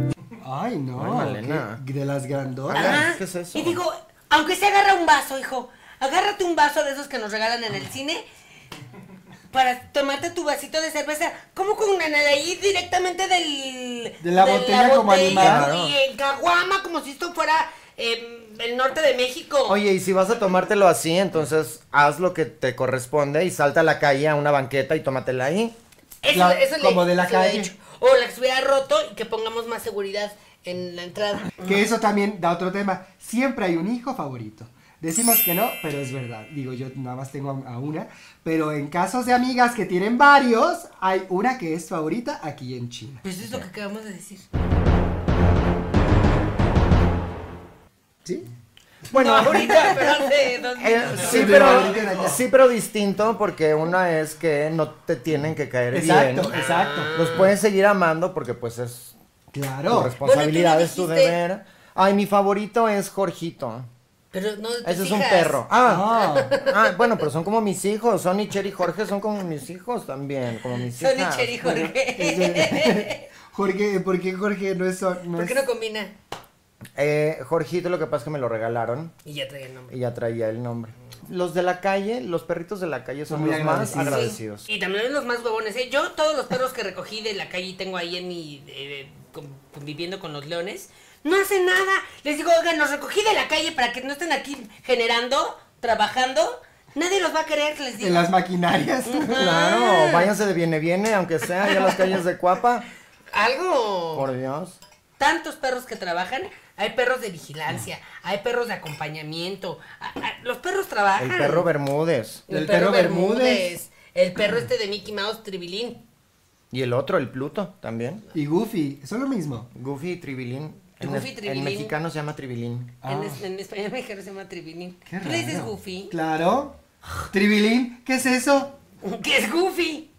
Ay, no.
Ay, Malena.
qué- De las grandotas.
Ajá.
Ajá.
¿qué es eso?
Y digo, aunque se agarra un vaso, hijo, agárrate un vaso de esos que nos regalan en el cine para tomarte tu vasito de cerveza, como con una nada ahí directamente del...
De la botella como animal.
Y en Caguama, como si esto fuera eh, el norte de México.
Oye, y si vas a tomártelo así, entonces haz lo que te corresponde y salta a la calle a una banqueta y tómatela ahí.
eso,
la-
eso le-
como de la
se lo he
calle.
dicho. O la que se hubiera roto y que pongamos más seguridad en la entrada.
Que eso también da otro tema. Siempre hay un hijo favorito. Decimos que no, pero es verdad. Digo, yo nada más tengo a, a una. Pero en casos de amigas que tienen varios, hay una que es favorita aquí en China.
Pues eso es lo que acabamos de decir. [laughs]
¿Sí?
Bueno,
No, [laughs] ahorita, pero hace dos
Eh,
minutos.
sí,
Sí,
pero,
pero-
sí, pero distinto porque una es que no te tienen que caer
Exacto,
bien.
exacto.
Los pueden seguir amando porque pues es tu
Claro.
responsabilidad,
Bueno,
es
tú
tu
no dijiste-
deber. Ay, mi favorito es Jorgito.
Pero no te
Ese es un
fijas.
perro. Ah,
Ah.
ah, bueno, pero son como mis hijos. Son y Cher y Jorge son como mis hijos también, como mis
Son
hijas.
Icher y Jorge.
Ese- Jorge, ¿por qué Jorge no es... so- no
¿Por qué
es-
no combina?
Eh, Jorgito lo que pasa es que me lo regalaron
Y ya trae el nombre.
y ya traía el nombre. Los de la calle, los perritos de la calle son
Muy
los más
agradecidos.
agradecidos.
Y también los más huevones, ¿eh? Yo todos los perros que recogí de la calle y tengo ahí en mi... eh, con- conviviendo con los leones, no hacen nada. Les digo, oigan, los recogí de la calle para que no estén aquí generando, trabajando. Nadie los va a querer, les digo.
En las maquinarias.
Claro, váyanse de viene viene, aunque sea allá a las calles de Cuapa.
Algo...
Por Dios.
tantos perros que trabajan, hay perros de vigilancia, hay perros de acompañamiento, a- a- los perros trabajan.
El perro Bermúdez.
El
el
perro
perro Bermúdez.
Bermúdez, el perro este de Mickey Mouse, Tribilín.
Y el otro, el Pluto, también.
Y Goofy, son lo mismo.
Goofy y Tribilín. En,
Goofy,
es-
Tribilín.
en mexicano se llama Tribilín.
En, es- en español mexicano se llama Tribilín.
Qué
¿Tú le dices
raro.
Goofy?
Claro. Tribilín, ¿qué es eso?
¿Qué es Goofy?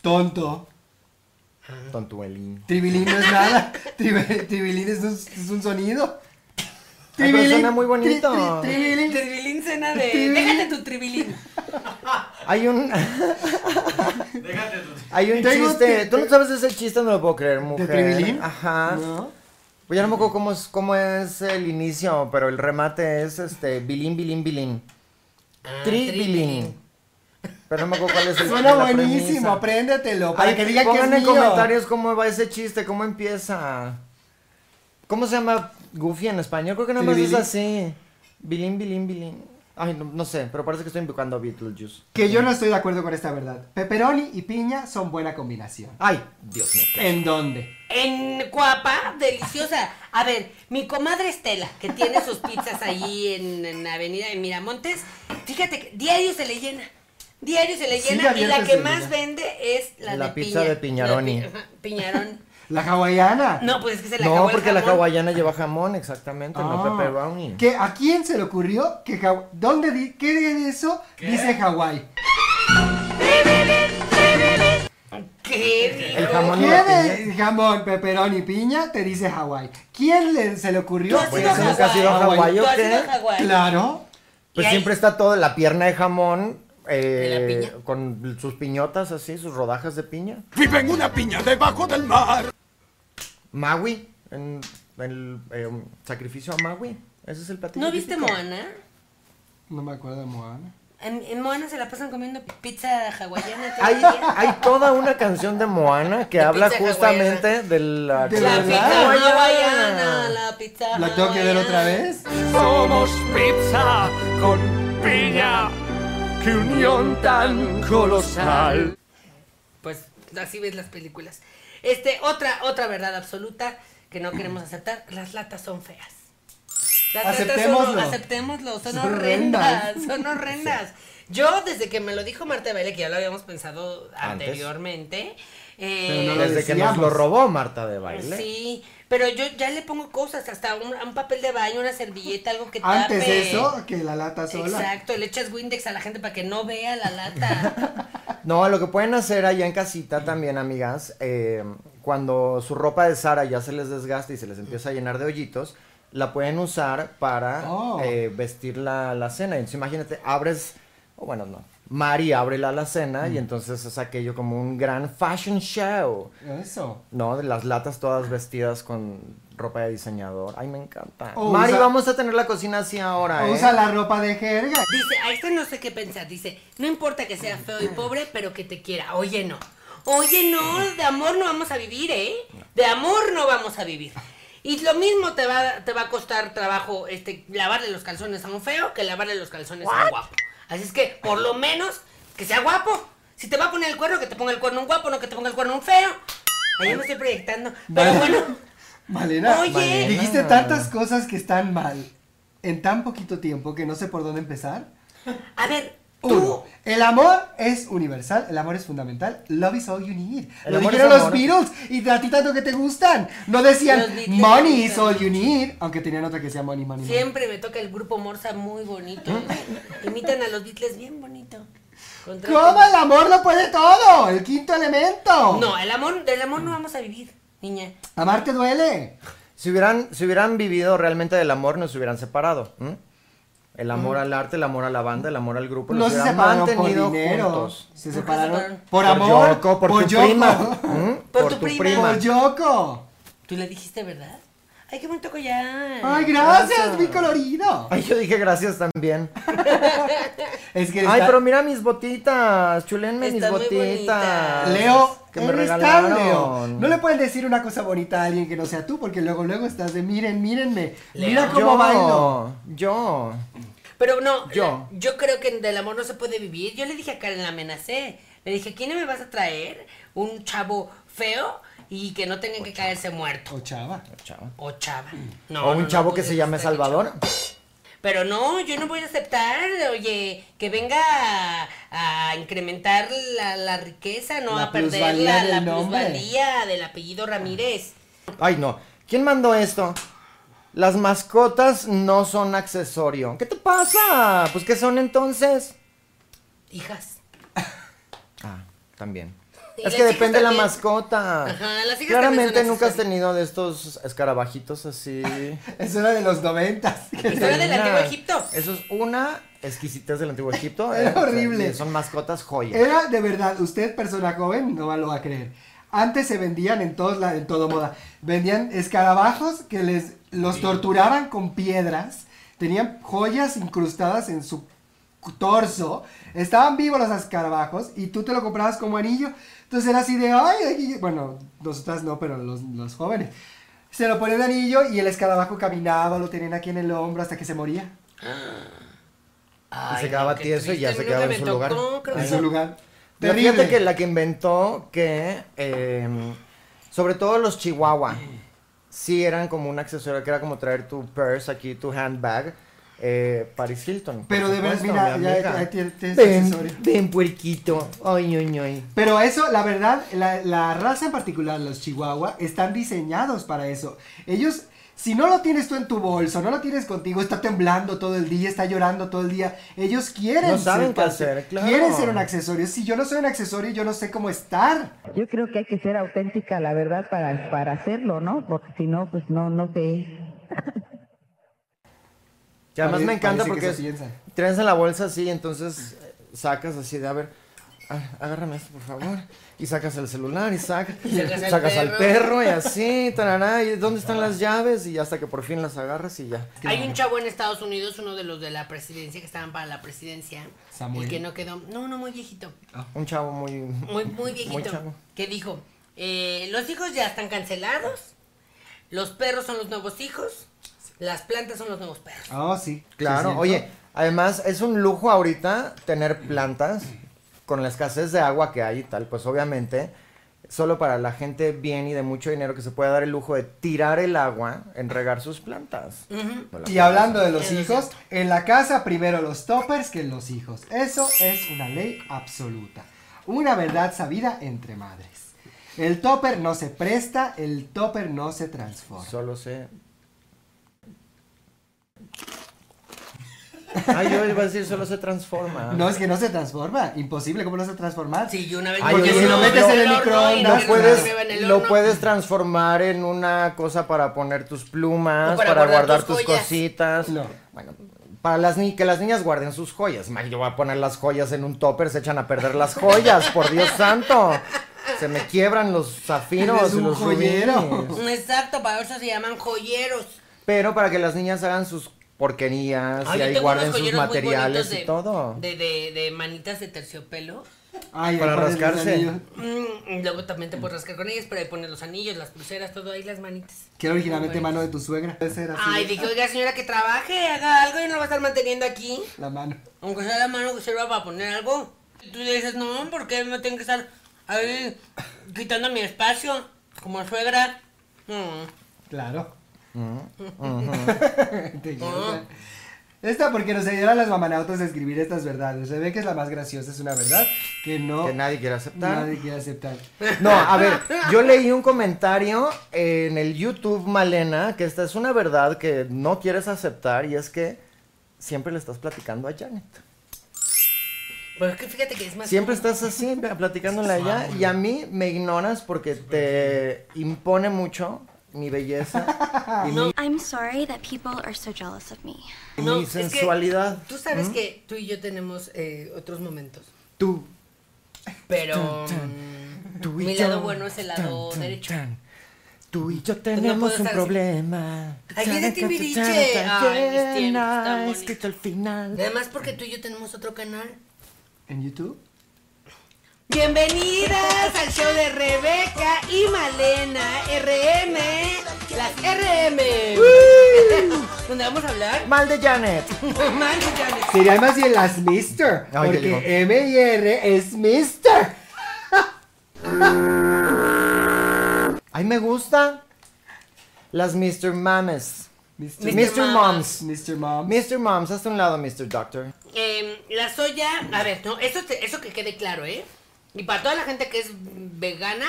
Tonto.
Tontuelín.
Tribilín no es nada. [laughs] Tri- tribilín es un, es un sonido.
Ay, pero suena muy bonito.
tri- tri- tribilín.
Tribilín cena de...
Tribilín.
Déjate tu Tribilín.
Hay un, [laughs]
Déjate tu...
hay un
Tengo
chiste.
que-
Tú no sabes ese chiste, no lo puedo creer,
¿De
mujer.
tribilín?
Ajá.
No.
Pues ya no me acuerdo cómo es, cómo es el inicio, pero el remate es este bilín, bilín, bilín.
Ah,
Tribilín. Pero no me acuerdo cuál es
[laughs]
el
Suena
la
buenísimo,
premisa.
apréndetelo. Para
Ay,
que digan que es
pongan en
mío.
comentarios cómo va ese chiste, cómo empieza. ¿Cómo se llama Goofy en español? Creo que nada más es
Tribilín.
así. Bilín, bilín, bilín. Ay, no, no sé, pero parece que estoy invocando a Beetlejuice.
Que yo no estoy de acuerdo con esta verdad. Pepperoni y piña son buena combinación.
Ay, Dios mío.
¿En dónde?
En Cuapa, deliciosa. A ver, mi comadre Estela, que tiene sus pizzas ahí en, en la avenida de Miramontes, fíjate que diario se le llena. Diario se le
Sigue
llena y
abierta
la que
esa
más
vida.
vende es la,
La
de
pizza
piña.
de piñaroni.
La pi- ajá, piñarón.
La hawaiana.
No, pues es que se le acabó
No,
el
porque la
jamón.
hawaiana lleva jamón, exactamente, no
Ah,
pepperoni.
¿Que ¿A quién se le ocurrió que Haw- ¿Dónde di- qué de eso dice Hawái?
jamón y
¿Quién
la
es jamón, peperón y piña? Te dice Hawái. ¿Quién le- se le ocurrió?
¿Tú has
Pues,
ido a
eso
nunca has
Hawái?
ido a Hawái,
¿Tú has
¿o
ido a
qué?
Hawái?
Claro.
Pues
Y ahí-
siempre está todo, la pierna de jamón, eh,
¿De la piña?
con sus piñotas así, sus rodajas de piña.
Vive en una piña debajo del mar.
Maui, en, el eh, sacrificio a Maui. Ese es el platillo.
¿No viste
típico.
Moana?
No me acuerdo de Moana.
En, en Moana se la pasan comiendo pizza hawaiana todo
Hay,
el día.
hay toda una canción de Moana que
De
habla
pizza
justamente de la...
De
La
¿Verdad?
pizza hawaiana, la pizza
¿La tengo que ver
hawaiana.
otra vez?
Somos pizza con piña. Qué unión tan colosal.
Pues así ves las películas. Este, otra, otra verdad absoluta que no
Mm.
queremos aceptar, las latas son feas. Las latas son-
Aceptémoslo.
aceptémoslo, son,
Son
horrendas,
horrendas.
son horrendas. Yo, desde que me lo dijo Marta de Baile, que ya lo habíamos pensado
Antes.
anteriormente,
Pero no
eh,
lo
Desde que nos
decíamos.
lo robó Marta de Baile.
Pues Sí, pero yo ya le pongo cosas, hasta un, un papel de baño, una servilleta, algo que tape.
Antes eso que la lata sola.
Exacto, le echas Windex a la gente para que no vea
[laughs]
la lata.
No, lo que pueden hacer allá en casita también, amigas, eh, cuando su ropa de Sara ya se les desgasta y se les empieza a llenar de hoyitos, la pueden usar para
Oh.
eh, vestir la, la cena. Entonces, imagínate, abres, o bueno, no, Mari abre la alacena
Mm.
y entonces es aquello como un gran fashion show,
Eso.
¿no? De las latas todas vestidas con ropa de diseñador. Ay, me encanta.
Oh, O
Mari,
usa-
vamos a tener la cocina así ahora, ¿eh?
Usa la ropa de jerga.
Dice, a este no sé qué pensar, dice, no importa que sea feo y pobre, pero que te quiera. Oye, no. Oye, no, de amor no vamos a vivir, ¿eh? De amor no vamos a vivir. Y lo mismo te va, te va a costar trabajo este, lavarle los calzones a un feo que lavarle los calzones a un guapo. Así es que, por lo menos, que sea guapo. Si te va a poner el cuerno, que te ponga el cuerno un guapo, no que te ponga el cuerno un feo. Ahí me estoy proyectando. Pero
Vale.
bueno,
Malena,
Oye. Malena.
dijiste tantas cosas que están mal en tan poquito tiempo que no sé por dónde empezar.
a ver, tú
Uno, el amor es universal, el amor es fundamental, love is all you need.
El
Lo
amor
dijeron
es
los
amor.
Beatles y a ti tanto que te gustan. No decían
Los Beatles.
money is all you need, aunque tenían otra que decía money, money, money.
Siempre me toca el grupo Morsa muy bonito. Imitan a los Beatles bien bonito. Contraten-
¿Cómo el amor lo puede todo? El quinto elemento.
No, el amor, del amor no vamos a vivir, niña.
Amarte duele.
Si hubieran, si hubieran vivido realmente del amor, nos hubieran separado. ¿m? El amor al arte, el amor a la banda, el amor al grupo,
No
nos
se
hubieran
separaron por
mantenido
dinero.
juntos.
Se
¿Por qué
separaron
separaron?
por, amor,
Yoko, por, tu
Yoko,
prima. ¿m?
Por tu prima.
[laughs] Por Yoko.
Tú le dijiste, ¿verdad? Ay, qué bonito collar.
Ay, gracias, mi colorido.
Ay, yo dije gracias también.
Es que
Ay,
está-
pero mira mis botitas, chulenme mis
Están muy
botitas.
bonitas.
Leo,
que me
eres tan
regalaron.
Leo. No le puedes decir una cosa bonita a alguien que no sea tú, porque luego, luego estás de miren, mírenme. Mira cómo
yo,
bailo.
Yo.
Pero no, yo.
Yo.
yo creo que del amor no se puede vivir. Yo le dije a Karen, la amenacé. Le dije, ¿quién me vas a traer? Un chavo feo y que no tenga que caerse muerto.
O Oh, chava. [laughs]
Chava.
O chava. No,
Mm. o
no,
un
no
chavo que
pude
se llame
estar-
Salvador.
Pero no, yo no voy a aceptar, oye, que venga a, a incrementar la, la riqueza, no
La
a perder
plusvalía
la,
del
la
nombre.
plusvalía del apellido Ramírez.
Ay, no. ¿Quién mandó esto? Las mascotas no son accesorio. ¿Qué te pasa? Pues, ¿qué son entonces?
Hijas.
Ah, también.
Y
Es
las
que
hijas
depende de la
también.
mascota.
Ajá, las hijas
Claramente
también son
nunca has
accesorios.
tenido de estos
[laughs]
escarabajitos así.
Eso era de los noventas.
Historia del
Nena,
Antiguo Egipto.
Eso es una exquisitez del Antiguo
[laughs]
Egipto.
Era
eh, o sea,
horrible.
y son mascotas joyas.
Era de verdad, usted persona joven no lo va a creer. Antes se vendían en todos la- en todo moda. Vendían escarabajos que les los torturaban con piedras. Tenían joyas incrustadas en su cu- torso. Estaban vivos los escarabajos y tú te lo comprabas como anillo. Entonces era así de, ay, ay", y- bueno, nosotras no, pero los, los jóvenes. Se lo ponían de anillo y el escarabajo caminaba, lo tenían aquí en el hombro hasta que se moría.
Ay,
quedaba
qué
tieso y ya
triste,
se quedaba
nunca
en
me
su lugar.
tocó, creo que
En
no.
su lugar.
Pero
Terrible.
Fíjate que la que inventó que, eh, sobre todo los chihuahua, sí eran como un accesorio que era como traer tu purse aquí, tu handbag. Eh, Paris Hilton. por
Pero de veras,
supuesto,
mira,
mi
ya-
amiga.
ya tiene- tiene su accesorio.
Ven, ven, puerquito. Ay, ay, ay.
Pero eso, la verdad, la, la raza en particular, los chihuahua, están diseñados para eso. Ellos Si no lo tienes tú en tu bolso, no lo tienes contigo, está temblando todo el día, está llorando todo el día. Ellos quieren
No saben
ser
qué
parte-
hacer, claro.
Quieren ser un accesorio. Si yo no soy un accesorio, yo no sé cómo estar.
Yo creo que hay que ser auténtica, la verdad, para, para hacerlo, ¿no? Porque si no, pues no, no sé.
Que además
Parece-
me
parece
encanta
que
porque
eso piensa.
traes en la bolsa así, entonces eh, sacas así de, a ver, a- agárrame esto, por favor. Y sacas el celular
[laughs]
y sacas,
sacas al
sacas al
perro.
perro y así, tarará, y dónde están las llaves y hasta que por fin las agarras y ya.
Hay un chavo en Estados Unidos, uno de los de la presidencia que estaban para la presidencia.
Samuel.
El que no quedó. No, no, muy viejito.
Un chavo muy... [laughs]
Muy, muy viejito.
chavo.
que dijo: eh, Los hijos ya están cancelados. Los perros son los nuevos hijos. Las plantas son los nuevos perros.
Ah, sí.
Claro,
Sí, sí.
oye, además es un lujo ahorita tener plantas con la escasez de agua que hay y tal, pues obviamente solo para la gente bien y de mucho dinero que se puede dar el lujo de tirar el agua en regar sus plantas. No la
Y hablando de los
Eso es
hijos, en la casa primero los toppers que los hijos. Eso es una ley absoluta. Una verdad sabida entre madres. El topper no se presta, el topper no se transforma.
Solo sé. Ay, yo iba a decir, solo se transforma.
No, es que no se transforma. Imposible, ¿cómo no se transforma?
Sí, yo una vez
Ay,
porque
oye,
se
lo metes
horneó
en el
horno y
microondas,
no
No
quiero que
puedes,
se me beba en el
lo
horno.
puedes transformar en una cosa para poner tus plumas,
O
para,
para
guardar
guardar tus
tus,
joyas.
cositas.
No.
Bueno, para las ni que las niñas guarden sus joyas. Imagínate, yo voy a poner las joyas en un topper, se echan a perder las joyas, por Dios santo. Se me quiebran los zafiros
Eres
y
un
los
joyero.
rubíes.
Exacto, para eso se llaman joyeros.
Pero para que las niñas hagan sus porquerías
Ay,
y
yo
ahí
tengo
guarden
unos
sus
joyeros muy
materiales
bonitos de-
y todo.
De, de, de manitas de terciopelo.
Ay, ahí
Para
pones los
rascarse.
anillos.
Mm, y luego también te puedes rascar con ellas, pero ahí pones los anillos, las pulseras, todo ahí, las manitas.
Que era originalmente mano de tu suegra. Puede ser así.
Ay, dije, oiga, señora, que trabaje, haga algo y no lo va a estar manteniendo aquí.
La mano.
Aunque sea la mano que sirva para poner algo. Y tú dices, no, ¿por qué me tengo que estar ahí quitando mi espacio como suegra? No.
Claro. [laughs] Te gusta. Esta porque nos ayudará a las mamanautas a escribir estas verdades. Rebeca es la más graciosa, es una verdad que no
Que nadie quiere aceptar.
nadie quiere aceptar.
No, a ver, yo leí un comentario en el YouTube, Malena, que esta es una verdad que no quieres aceptar y es que siempre le estás platicando a Janet.
Pero es que fíjate que es más...
Siempre estás así, mira, platicándole a ella y a mí me ignoras porque te impone mucho mi belleza y mi,
I'm sorry that people are so jealous of me.
[laughs]
mi
es que
sensualidad.
Tú sabes que tú y yo tenemos eh, otros momentos.
Tú,
Pero mm,
tú y
mi
yo.
lado bueno es el lado
tan, tan,
derecho. Pues
tan. Tú y yo
puedo
tenemos un
estar así.
problema.
Ay, viene
Tan, tan,
Timbiriche.
tan, tan,
Ay, mis tiempos tan
tan,
bonitos.
escrito al final.
Además porque tú y yo tenemos otro canal.
En YouTube.
Bienvenidas al show de Rebeca y Malena, RM, las [laughs] RM. Donde vamos a hablar [laughs]
Mal de Janet.
mal de Janet.
Sería más bien las Mister.
Ay, ya llegó.
porque M y R es Mister.
Ay, me gusta. Las Mr. Mames.
Mister,
Mr.
Mamas.
Moms.
Mr. Mom.
Mr. Moms, hazte un lado, Mr. Doctor.
Eh, la soya, a ver, no, eso, te- eso que quede claro, ¿eh? Y para toda la gente que es vegana,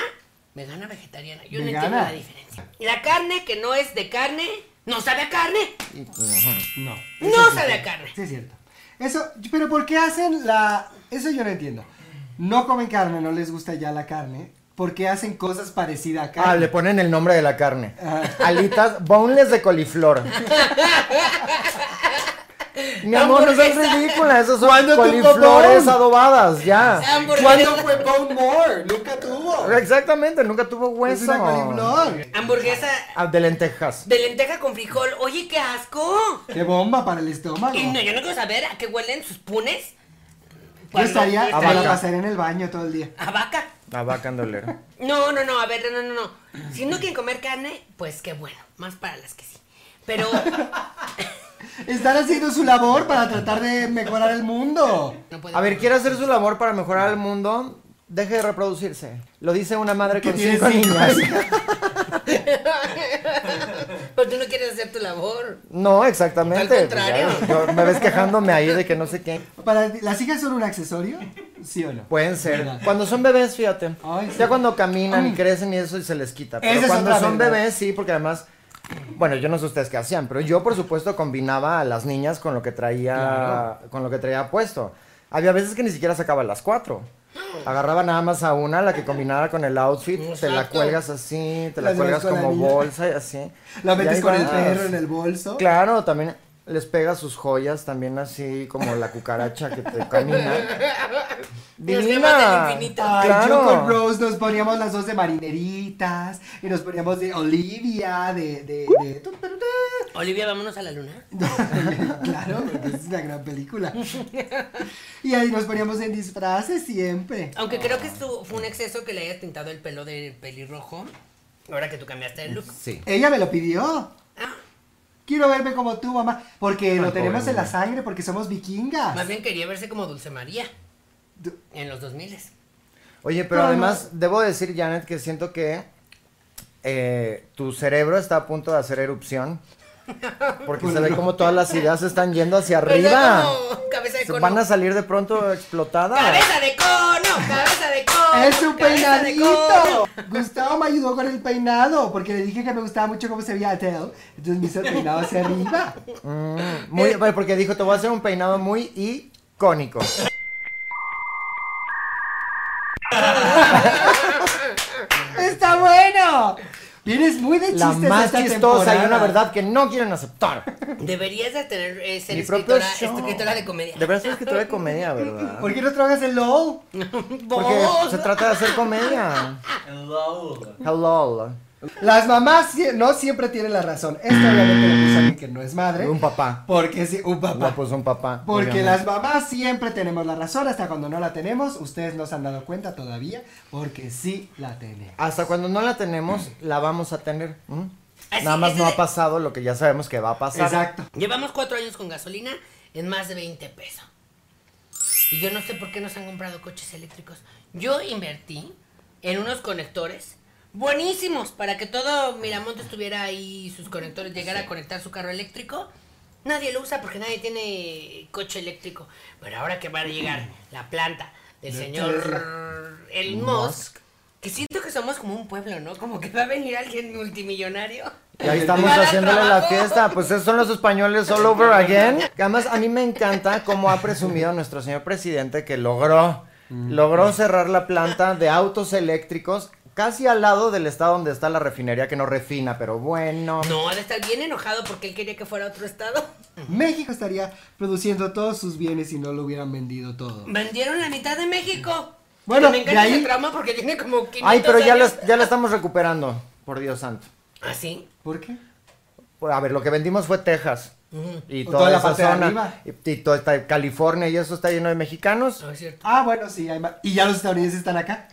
vegana, vegetariana, yo
Vegana.
no entiendo la diferencia. La carne que no es de carne, no sabe a carne.
Y-
No.
No
Eso es
sabe
cierto.
a carne.
Sí, es cierto. Eso, pero ¿por qué hacen la. Eso yo no entiendo. No comen carne, no les gusta ya la carne. ¿Por qué hacen cosas parecidas a carne? Ah.
Ah, le ponen el nombre de la carne. Alitas, boneless de
[laughs]
coliflor. Mi amor, no seas
Hamburguesa.
ridícula. Esas
¿Cuándo
son
tuvo
coliflores
bone?
adobadas, ya.
¿Cuándo
Hamburguesa,
fue
[laughs]
Bone More? Nunca tuvo. Pues
Exactamente, nunca tuvo
Es una
hueso.
coliflor.
hamburguesa
Ah, de lentejas.
de lenteja con frijol. Oye, qué asco.
¡Qué bomba para el estómago!
Y no, yo no quiero saber a qué huelen sus punes.
Yo
Cuando-
estaría,
a,
me
vaca.
la pasaría en el baño todo el día.
vaca.
La vaca andolera.
No, no, no, a ver, no, no, no. Si no quieren comer carne, pues qué bueno, más para las que sí. Pero
[laughs] Están haciendo su labor para tratar de mejorar el mundo.
no puede.
A ver, quiere hacer su labor para mejorar el mundo. Deje de reproducirse. Lo dice una madre
Que
con
tiene
cinco
cinco
niños.
[laughs] Pero tú no quieres hacer tu labor.
No, exactamente.
Al contrario.
Pues ya, yo- me ves quejándome ahí de que no sé qué.
[laughs] Para, ¿Las hijas son un accesorio? ¿Sí o no?
Pueden ser.
Mira.
Cuando son bebés, fíjate.
Ay, sí.
Ya cuando caminan y crecen y eso y se les quita. Pero
Esa es
cuando
otra
son
verdad.
bebés, sí, porque además bueno, yo no sé ustedes qué hacían, pero yo por supuesto combinaba a las niñas con lo que traía, con lo que traía puesto. Había veces que ni siquiera sacaba las cuatro. Agarraba nada más a una, la que combinara con el outfit, te la
Exacto.
cuelgas así, te
La
la,
llevas
cuelgas
con la
como
niña.
bolsa y así.
[laughs] La
Y
metes
ahí
con el
vas.
perro en el bolso.
Claro, también les pega sus joyas, también así como la cucaracha que te camina.
Los
Divina.
gemas del infinito.
Ay, yo
claro.
con Rose nos poníamos las dos de marineritas y nos poníamos de Olivia, de... de, de-
Olivia, vámonos a la luna.
[laughs] claro, porque es una gran película. Y ahí nos poníamos en disfraces siempre.
Aunque creo que esto fue un exceso que le hayas pintado el pelo de pelirrojo. Ahora que tú cambiaste el look.
Sí.
Ella me lo pidió.
Ah.
Quiero verme como tú, mamá. Porque lo
pobre
tenemos en la
niña.
sangre, porque somos vikingas.
Más bien quería verse como Dulce María.
Du-
En los 2000
Oye, pero
No, no.
además, debo decir, Janet, que siento que eh, tu cerebro está a punto de hacer erupción. Porque se ve como todas las ideas están yendo
[laughs]
hacia arriba.
Pues Como cabeza de
Se
cono.
van a salir de pronto explotadas.
¡Cabeza de cono! ¡Cabeza de cono!
¡Es un
cabeza de
peinadito!
cono!
Gustavo me ayudó con el peinado, porque le dije que me gustaba mucho cómo se veía Adele. Entonces me hizo el peinado hacia arriba.
eh.
Muy, bueno, porque dijo, te voy a hacer un peinado muy icónico.
¡Está bueno! Vienes muy de chistes
La más
esta
chistosa y
temporada.
una verdad que no quieren aceptar.
Deberías de tener, eh, ser
Mi propio
escritora,
show.
escritora de comedia.
De verdad es escritora de comedia,
[laughs]
¿verdad?
¿Por qué no trabajas en LOL?
Porque
¡Vos!
se trata de hacer comedia.
Hello.
Hello.
Las mamás sie- no siempre tienen la razón. Esto obviamente lo puso alguien que no es madre.
Un papá.
Porque sí, un papá.
No, pues un papá.
Porque
obviamente.
las mamás siempre tenemos la razón, hasta cuando no la tenemos, ustedes no se han dado cuenta todavía, porque sí la tenemos.
Hasta cuando no la tenemos, la vamos a tener. ¿m?
Así
Nada más
es,
no
de-
ha pasado lo que ya sabemos que va a pasar.
Exacto.
Llevamos cuatro años con gasolina en más de 20 pesos. Y yo no sé por qué nos han comprado coches eléctricos. Yo invertí en unos conectores buenísimos para que todo Miramontes tuviera ahí sus conectores, llegara a conectar su carro eléctrico. Nadie lo usa porque nadie tiene coche eléctrico. Pero ahora que va a [clears throat] llegar la planta del señor El Musk, que siento que somos como un pueblo, ¿no? Como que va a venir alguien multimillonario.
Y ahí estamos
Va a dar
haciéndole la
trabajo.
fiesta. Pues esos son los españoles all over again. Que Además, a mí me encanta cómo ha presumido nuestro señor presidente que logró, logró cerrar la planta de autos eléctricos casi al lado del estado donde está la refinería que no refina, pero bueno.
No, ha de estar bien enojado porque él quería que fuera a otro estado.
México estaría produciendo todos sus bienes si no lo hubieran vendido todo.
Vendieron la mitad de México.
Bueno,
Que me encanta
de ahí-
ese tramo porque tiene como 500
Ay, pero ya,
años.
las- ya la estamos recuperando, por Dios santo.
¿Ah, sí?
¿Por qué?
Pues, A ver, lo que vendimos fue Texas. Y
O
toda,
toda la
esa
parte de
zona,
arriba.
Y, y toda esta- California y eso está lleno de mexicanos.
No, es cierto.
Ah, bueno, sí, hay ma- y ya los estadounidenses están acá.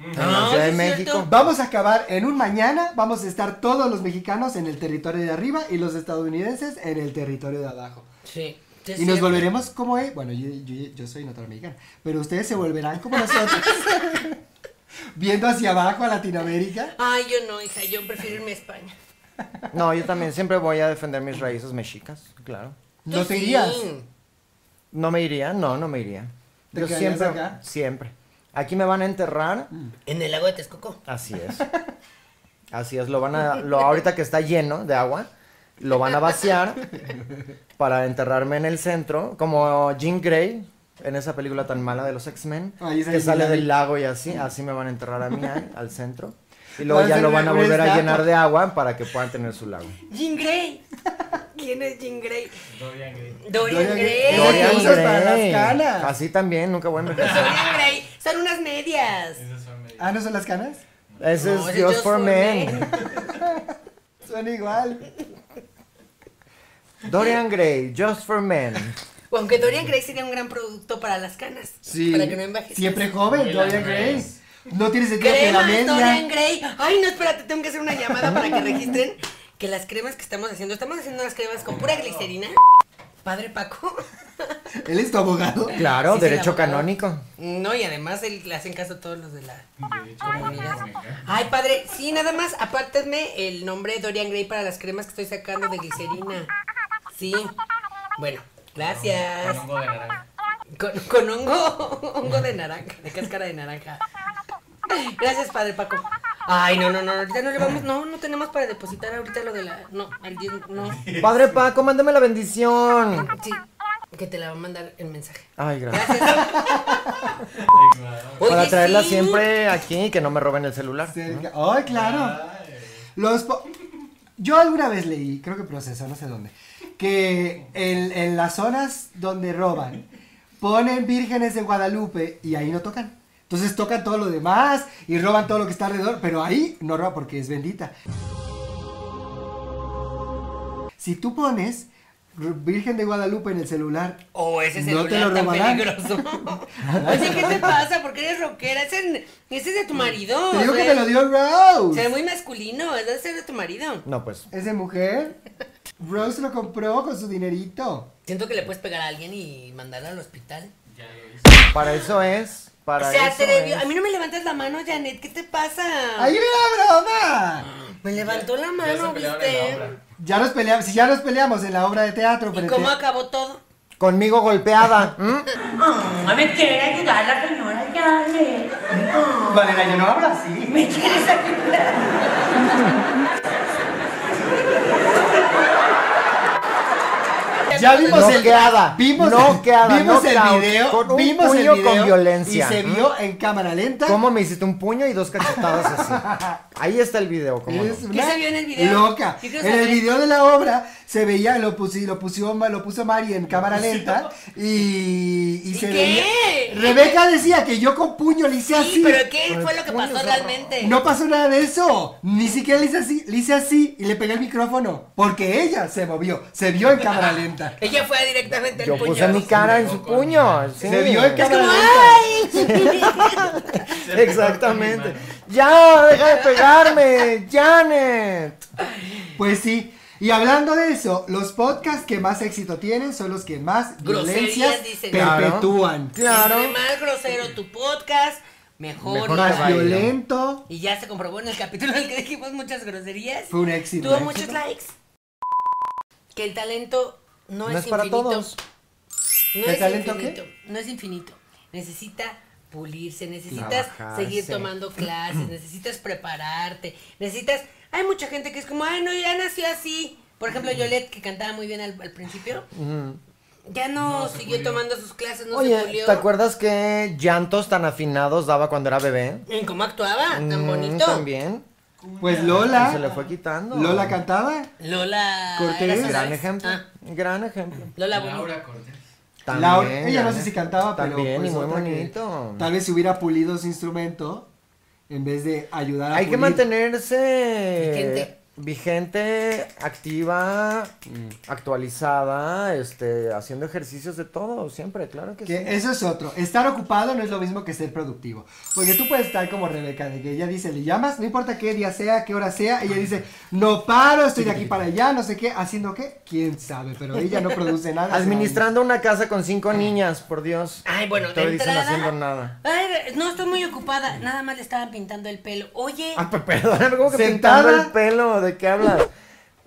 en
Ah,
la Ciudad
sí
de
es
México.
cierto.
Vamos a acabar en un mañana, vamos a estar todos los mexicanos en el territorio de arriba y los estadounidenses en el territorio de abajo.
Sí. sí es
Y nos
cierto.
volveremos como, eh, bueno, yo, yo- yo soy natural mexicana, pero ustedes se volverán como nosotros,
[laughs]
viendo hacia abajo a Latinoamérica.
Ay, yo no, hija, yo prefiero irme a España.
No, yo también siempre voy a defender mis raíces mexicas, claro.
No
Tú
te
sí.
irías.
No me iría, no, no me iría.
¿Te
Yo
quedarías
siempre,
acá?
siempre. Aquí me van a enterrar,
En el lago de Texcoco.
así es. Así es, lo van a, lo ahorita que está lleno de agua, lo van a vaciar para enterrarme en el centro, como Jean Grey en esa película tan mala de los X-Men,
Ahí sale
que sale
Jean Grey.
del lago y así, así me van a enterrar a mí ahí, al centro. Y luego
Van a
ya
hacer
lo van a
una- una
volver a
estatua.
llenar de agua para que puedan tener su lago.
Jean Grey. ¿Quién es Jean Grey?
Dorian Gray.
Dorian
Dorian
Gray.
Grey.
Dorian
Dorian para las
Gray.
canas.
Así también, nunca voy a envejecer.
Dorian Gray. Son unas medias.
Esas son medias.
Ah, ¿no son las canas?
Ese
No,
es
ese
Dios
Just
for
for
Men.
Son igual.
Dorian Gray, Just for Men.
Aunque Dorian Gray sería un gran producto para las canas. Para que no envejezcan.
Siempre joven,
Dorian
Dorian Gray.
Gray.
No tiene sentido que la
Crema es Dorian
media.
Grey. Ay, no, espérate, tengo que hacer una llamada para que registren que las cremas que estamos haciendo, estamos haciendo unas cremas con pura glicerina. Padre Paco.
Él es tu abogado.
Claro,
Sí, sí,
derecho
la verdad.
canónico.
No, y además él- le hacen caso a todos los de la
De hecho, medias, me encanta.
Ay, padre, sí, nada más, apártame el nombre Dorian Gray para las cremas que estoy sacando de glicerina. Sí. Bueno, gracias.
Con hongo de naranja.
Con, con [laughs] hongo, hongo de naranja, de cáscara de naranja. Gracias, padre Paco. Ay, no, no, no, ahorita no le vamos, no, no tenemos para depositar ahorita lo de la, no, al día, no,
Padre Paco, mándame la bendición.
sí, que te la va a mandar el mensaje.
Ay, gracias.
Oye,
Para traerla
sí.
siempre aquí y que no me roben el celular.
Cerca. ¡Ay, claro! Los po- Yo alguna vez leí, creo que proceso, no sé dónde, que en, en las zonas donde roban ponen vírgenes de Guadalupe y ahí no tocan. Entonces tocan todo lo demás y roban todo lo que está alrededor, pero ahí no roban porque es bendita. Si tú pones r- Virgen de Guadalupe en el celular,
O ese
No
celular
te lo
tan
robarán.
peligroso. Oye, ¿qué te pasa? ¿Por qué eres rockera? Ese, ese es de tu marido.
te digo
o
que
sea,
te lo dio
Se
Rose.
ve muy masculino, es de de tu marido.
No, pues.
Es de mujer. Rose lo compró con su dinerito.
Siento que le puedes pegar a alguien y mandarla al hospital.
Para eso es. Para
Se
eso
atrevió.
es.
A mí no me levantas la mano, Janet. ¿Qué te pasa?
¡Ahí era broma!
me levantó la
Ya se
mano,
pelearon en la
¿viste?
obra.
Ya nos peleamos, si ya nos peleamos en la obra de teatro, pero
¿Y
te-
cómo acabó todo?
Conmigo golpeada. ¿Mm?
[laughs]
¿m?
Ah, me quiere ayudar la señora Janet.
Valera, yo no hablo así.
Me quieres ayudar.
Ya vimos el
Noqueada,
vimos,
noqueada,
vimos el
knockout,
video,
con un
vimos el
puño con
video
violencia.
y se
¿Mm?
vio en cámara lenta.
¿Cómo me hiciste un puño y dos cachetadas así? Ahí está el video, ¿cómo no?
Es
¿Qué
una
se vio en el video?
Loca.
Yo quiero
En el
saber.
video de la obra se veía, lo puso, lo puso, lo puso Mari en cámara lenta y, y se
qué?
veía. Rebeca decía que yo con puño le hice así.
Sí, pero ¿qué fue lo que
puños,
pasó
no.
realmente?
No pasó nada de eso. Ni siquiera le hice así, le hice así y le pegué el micrófono. Porque ella se movió, se vio en cámara lenta.
Ella fue directamente
Yo
al puño.
puse mi cara en su puño. sí.
Se vio en cámara lenta.
[laughs]
[laughs] Exactamente. Ya, deja de pegarme, Janet.
Pues sí. Y hablando de eso, los podcasts que más éxito tienen son los que más
Groserías,
violencias
dicen.
perpetúan.
Claro.
Entre más grosero tu podcast, mejor.
Mejor te
Más
va a ir.
violento.
Y ya se comprobó en el [laughs] capítulo en el que dijimos muchas groserías.
Fue un éxito.
Tuvo
¿eh?
muchos likes. Que el talento no,
No
es,
es para
infinito.
todos.
No
¿El
es
talento qué?
infinito. No es infinito. Necesita pulirse, necesitas
Trabajarse.
seguir tomando
[clears throat]
clases, necesitas prepararte, necesitas... Hay mucha gente que es como, ay, no, ya nació así. Por ejemplo, Yolette, que cantaba muy bien al, al principio, ya no, siguió tomando sus clases, no se
Oye,
pulió.
¿te acuerdas qué llantos tan afinados daba cuando era bebé?
En cómo actuaba, tan
Mm,
bonito.
También.
Pues
Se le
Lola.
fue quitando.
Lola cantaba.
Lola...
Cortés.
era Solares.
Gran ejemplo.
Ah,
Gran ejemplo.
Lola Bonita.
Laura Cortés.
También,
Laura- ella no
Janet.
sé si cantaba, pero
También,
pues
y muy
otra que
bonito.
tal vez si hubiera pulido su instrumento en vez de ayudar a
Hay que
pulir.
mantenerse
Vigente.
vigente, activa,
Mm.
actualizada, este, haciendo ejercicios de todo, siempre, claro que, sí.
Que eso es otro. Estar ocupado no es lo mismo que ser productivo. Porque tú puedes estar como Rebeca, de que ella dice, le llamas, no importa qué día sea, qué hora sea, ella dice, no paro, estoy de aquí para allá, no sé qué, haciendo qué, quién sabe, pero ella no
[laughs]
produce nada.
Administrando una casa con
Ah.
cinco niñas, por Dios.
Ay, bueno, de
Todavía dicen
entrada-
haciendo nada.
Ay, no, estoy muy ocupada. Nada más le estaban pintando el pelo. Oye,
Ah, pe- perdóname, ¿cómo que
¿Sentada?
pintando el pelo? ¿De qué hablas?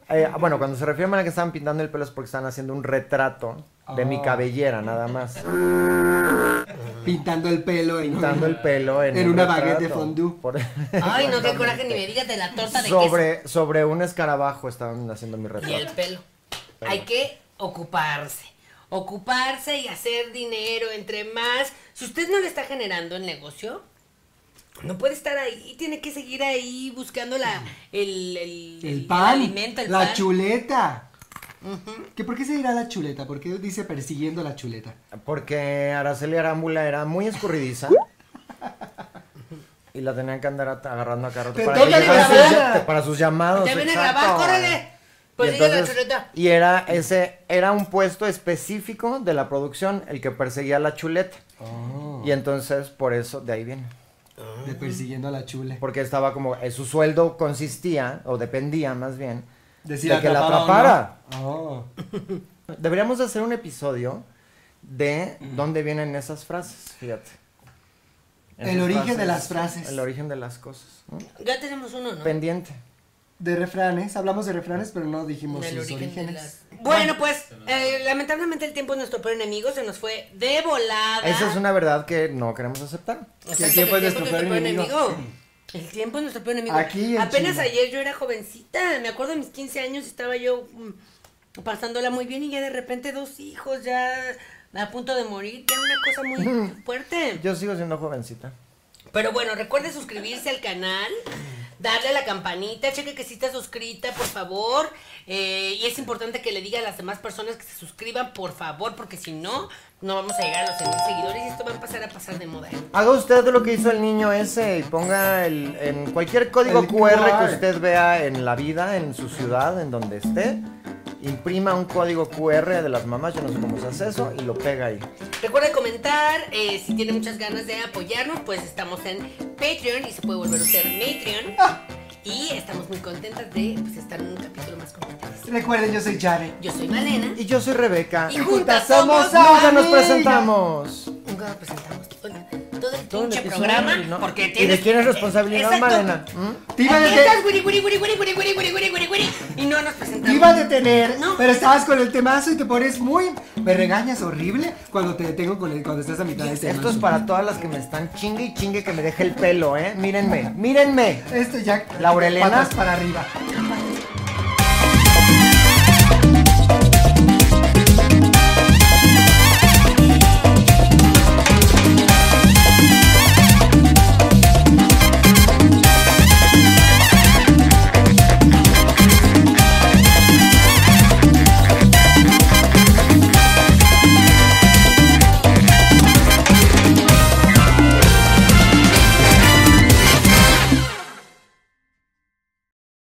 Eh, bueno, cuando se refieren a que estaban pintando el pelo es porque están haciendo un retrato de mi cabellera, nada más.
Pintando el pelo. en-
Ah. Pintando el pelo en,
En
un
una baguette de
retrato.
fondue.
Por- [laughs]
ay, no, qué coraje, ni me digas de la torta Ah, de
Ah, sobre, sobre un escarabajo estaban haciendo mi
queso y el
retrato.
pelo. Hay que ocuparse. Ocuparse y hacer dinero entre más. Si usted no le está generando el negocio, no puede estar ahí. Tiene que seguir ahí buscando la, el, el,
El pan,
alimento, el
la
pan.
chuleta. ¿Que ¿Por qué se dirá la chuleta? ¿Por qué dice persiguiendo la chuleta?
Porque Araceli Arámbula era muy escurridiza. y la tenían que andar at- agarrando a carrota
Te
para,
toca
que llegara
grabar.
sus ll- para sus llamados.
Ya viene a
exacto.
grabar, córrele. Pues
y,
sigue la
entonces-
chuleta.
y era ese era un puesto específico de la producción el que perseguía la chuleta
Oh.
y entonces por eso de ahí viene
De persiguiendo a la chule.
porque estaba como eh, su sueldo consistía o dependía más bien
Decir
de que la
atrapaba o no.
atrapara
Oh.
Deberíamos hacer un episodio de
Mm.
dónde vienen esas frases, fíjate.
El origen de las frases.
El origen de las cosas. ¿no?
Ya tenemos uno, ¿no?
Pendiente.
De refranes, hablamos de refranes, pero no dijimos
Del
sus
origen de
orígenes.
las- Bueno, pues, eh, lamentablemente el tiempo es nuestro peor enemigo, se nos fue de volada.
Esa es una verdad que no queremos aceptar.
Exacto,
Que el tiempo es nuestro peor enemigo.
El tiempo es nuestro peor enemigo.
Aquí en
Apenas
China.
ayer yo era jovencita, me acuerdo de mis 15 años, estaba yo mm, pasándola muy bien y ya de repente dos hijos ya a punto de morir, ya una cosa
[laughs]
muy fuerte.
Yo sigo siendo jovencita.
Pero bueno, recuerde suscribirse al canal, darle a la campanita, cheque que sí está suscrita, por favor. Eh, y es importante que le diga a las demás personas que se suscriban, por favor, porque si no, no vamos a llegar a los 100 mil seguidores y esto va a pasar a pasar de moda.
Haga usted lo que hizo el niño ese y ponga el, en cualquier código
El
QR
QR.
que usted vea en la vida, en su ciudad, en donde esté. Imprima un código QR de las mamás, yo no sé cómo se hace eso, y lo pega ahí.
Recuerda comentar, eh, si tiene muchas ganas de apoyarnos, pues estamos en Patreon y se puede volver a ser Patreon.
Ah,
Y estamos muy contentas de pues, estar en un capítulo más con ustedes.
Recuerden, yo soy Jared.
Yo soy Malena.
Y yo soy Rebeca.
Y juntas somos
Nunca nos
amigas.
presentamos.
Nunca lo presentamos todo el, todo el
Todo el
pinche
episodio,
programa.
¿no?
Porque
¿Y
tienes.
de quién es responsabilidad,
Exacto.
Malena? ¿Mm?
Te iba a
Aquí
detener,
estás, güiri, güiri, güiri, güiri, güiri, güiri, güiri, güiri, güiri, Y no nos presentamos.
te iba a detener,
No.
pero estabas con el temazo y te pones muy... Me regañas horrible cuando te detengo con el, cuando estás a mitad de tema.
Esto es para todas las que me están chingue y chingue que me deje el pelo, ¿eh? Mírenme, mírenme.
Esto Este ya...
Laurelena.
Patas para arriba.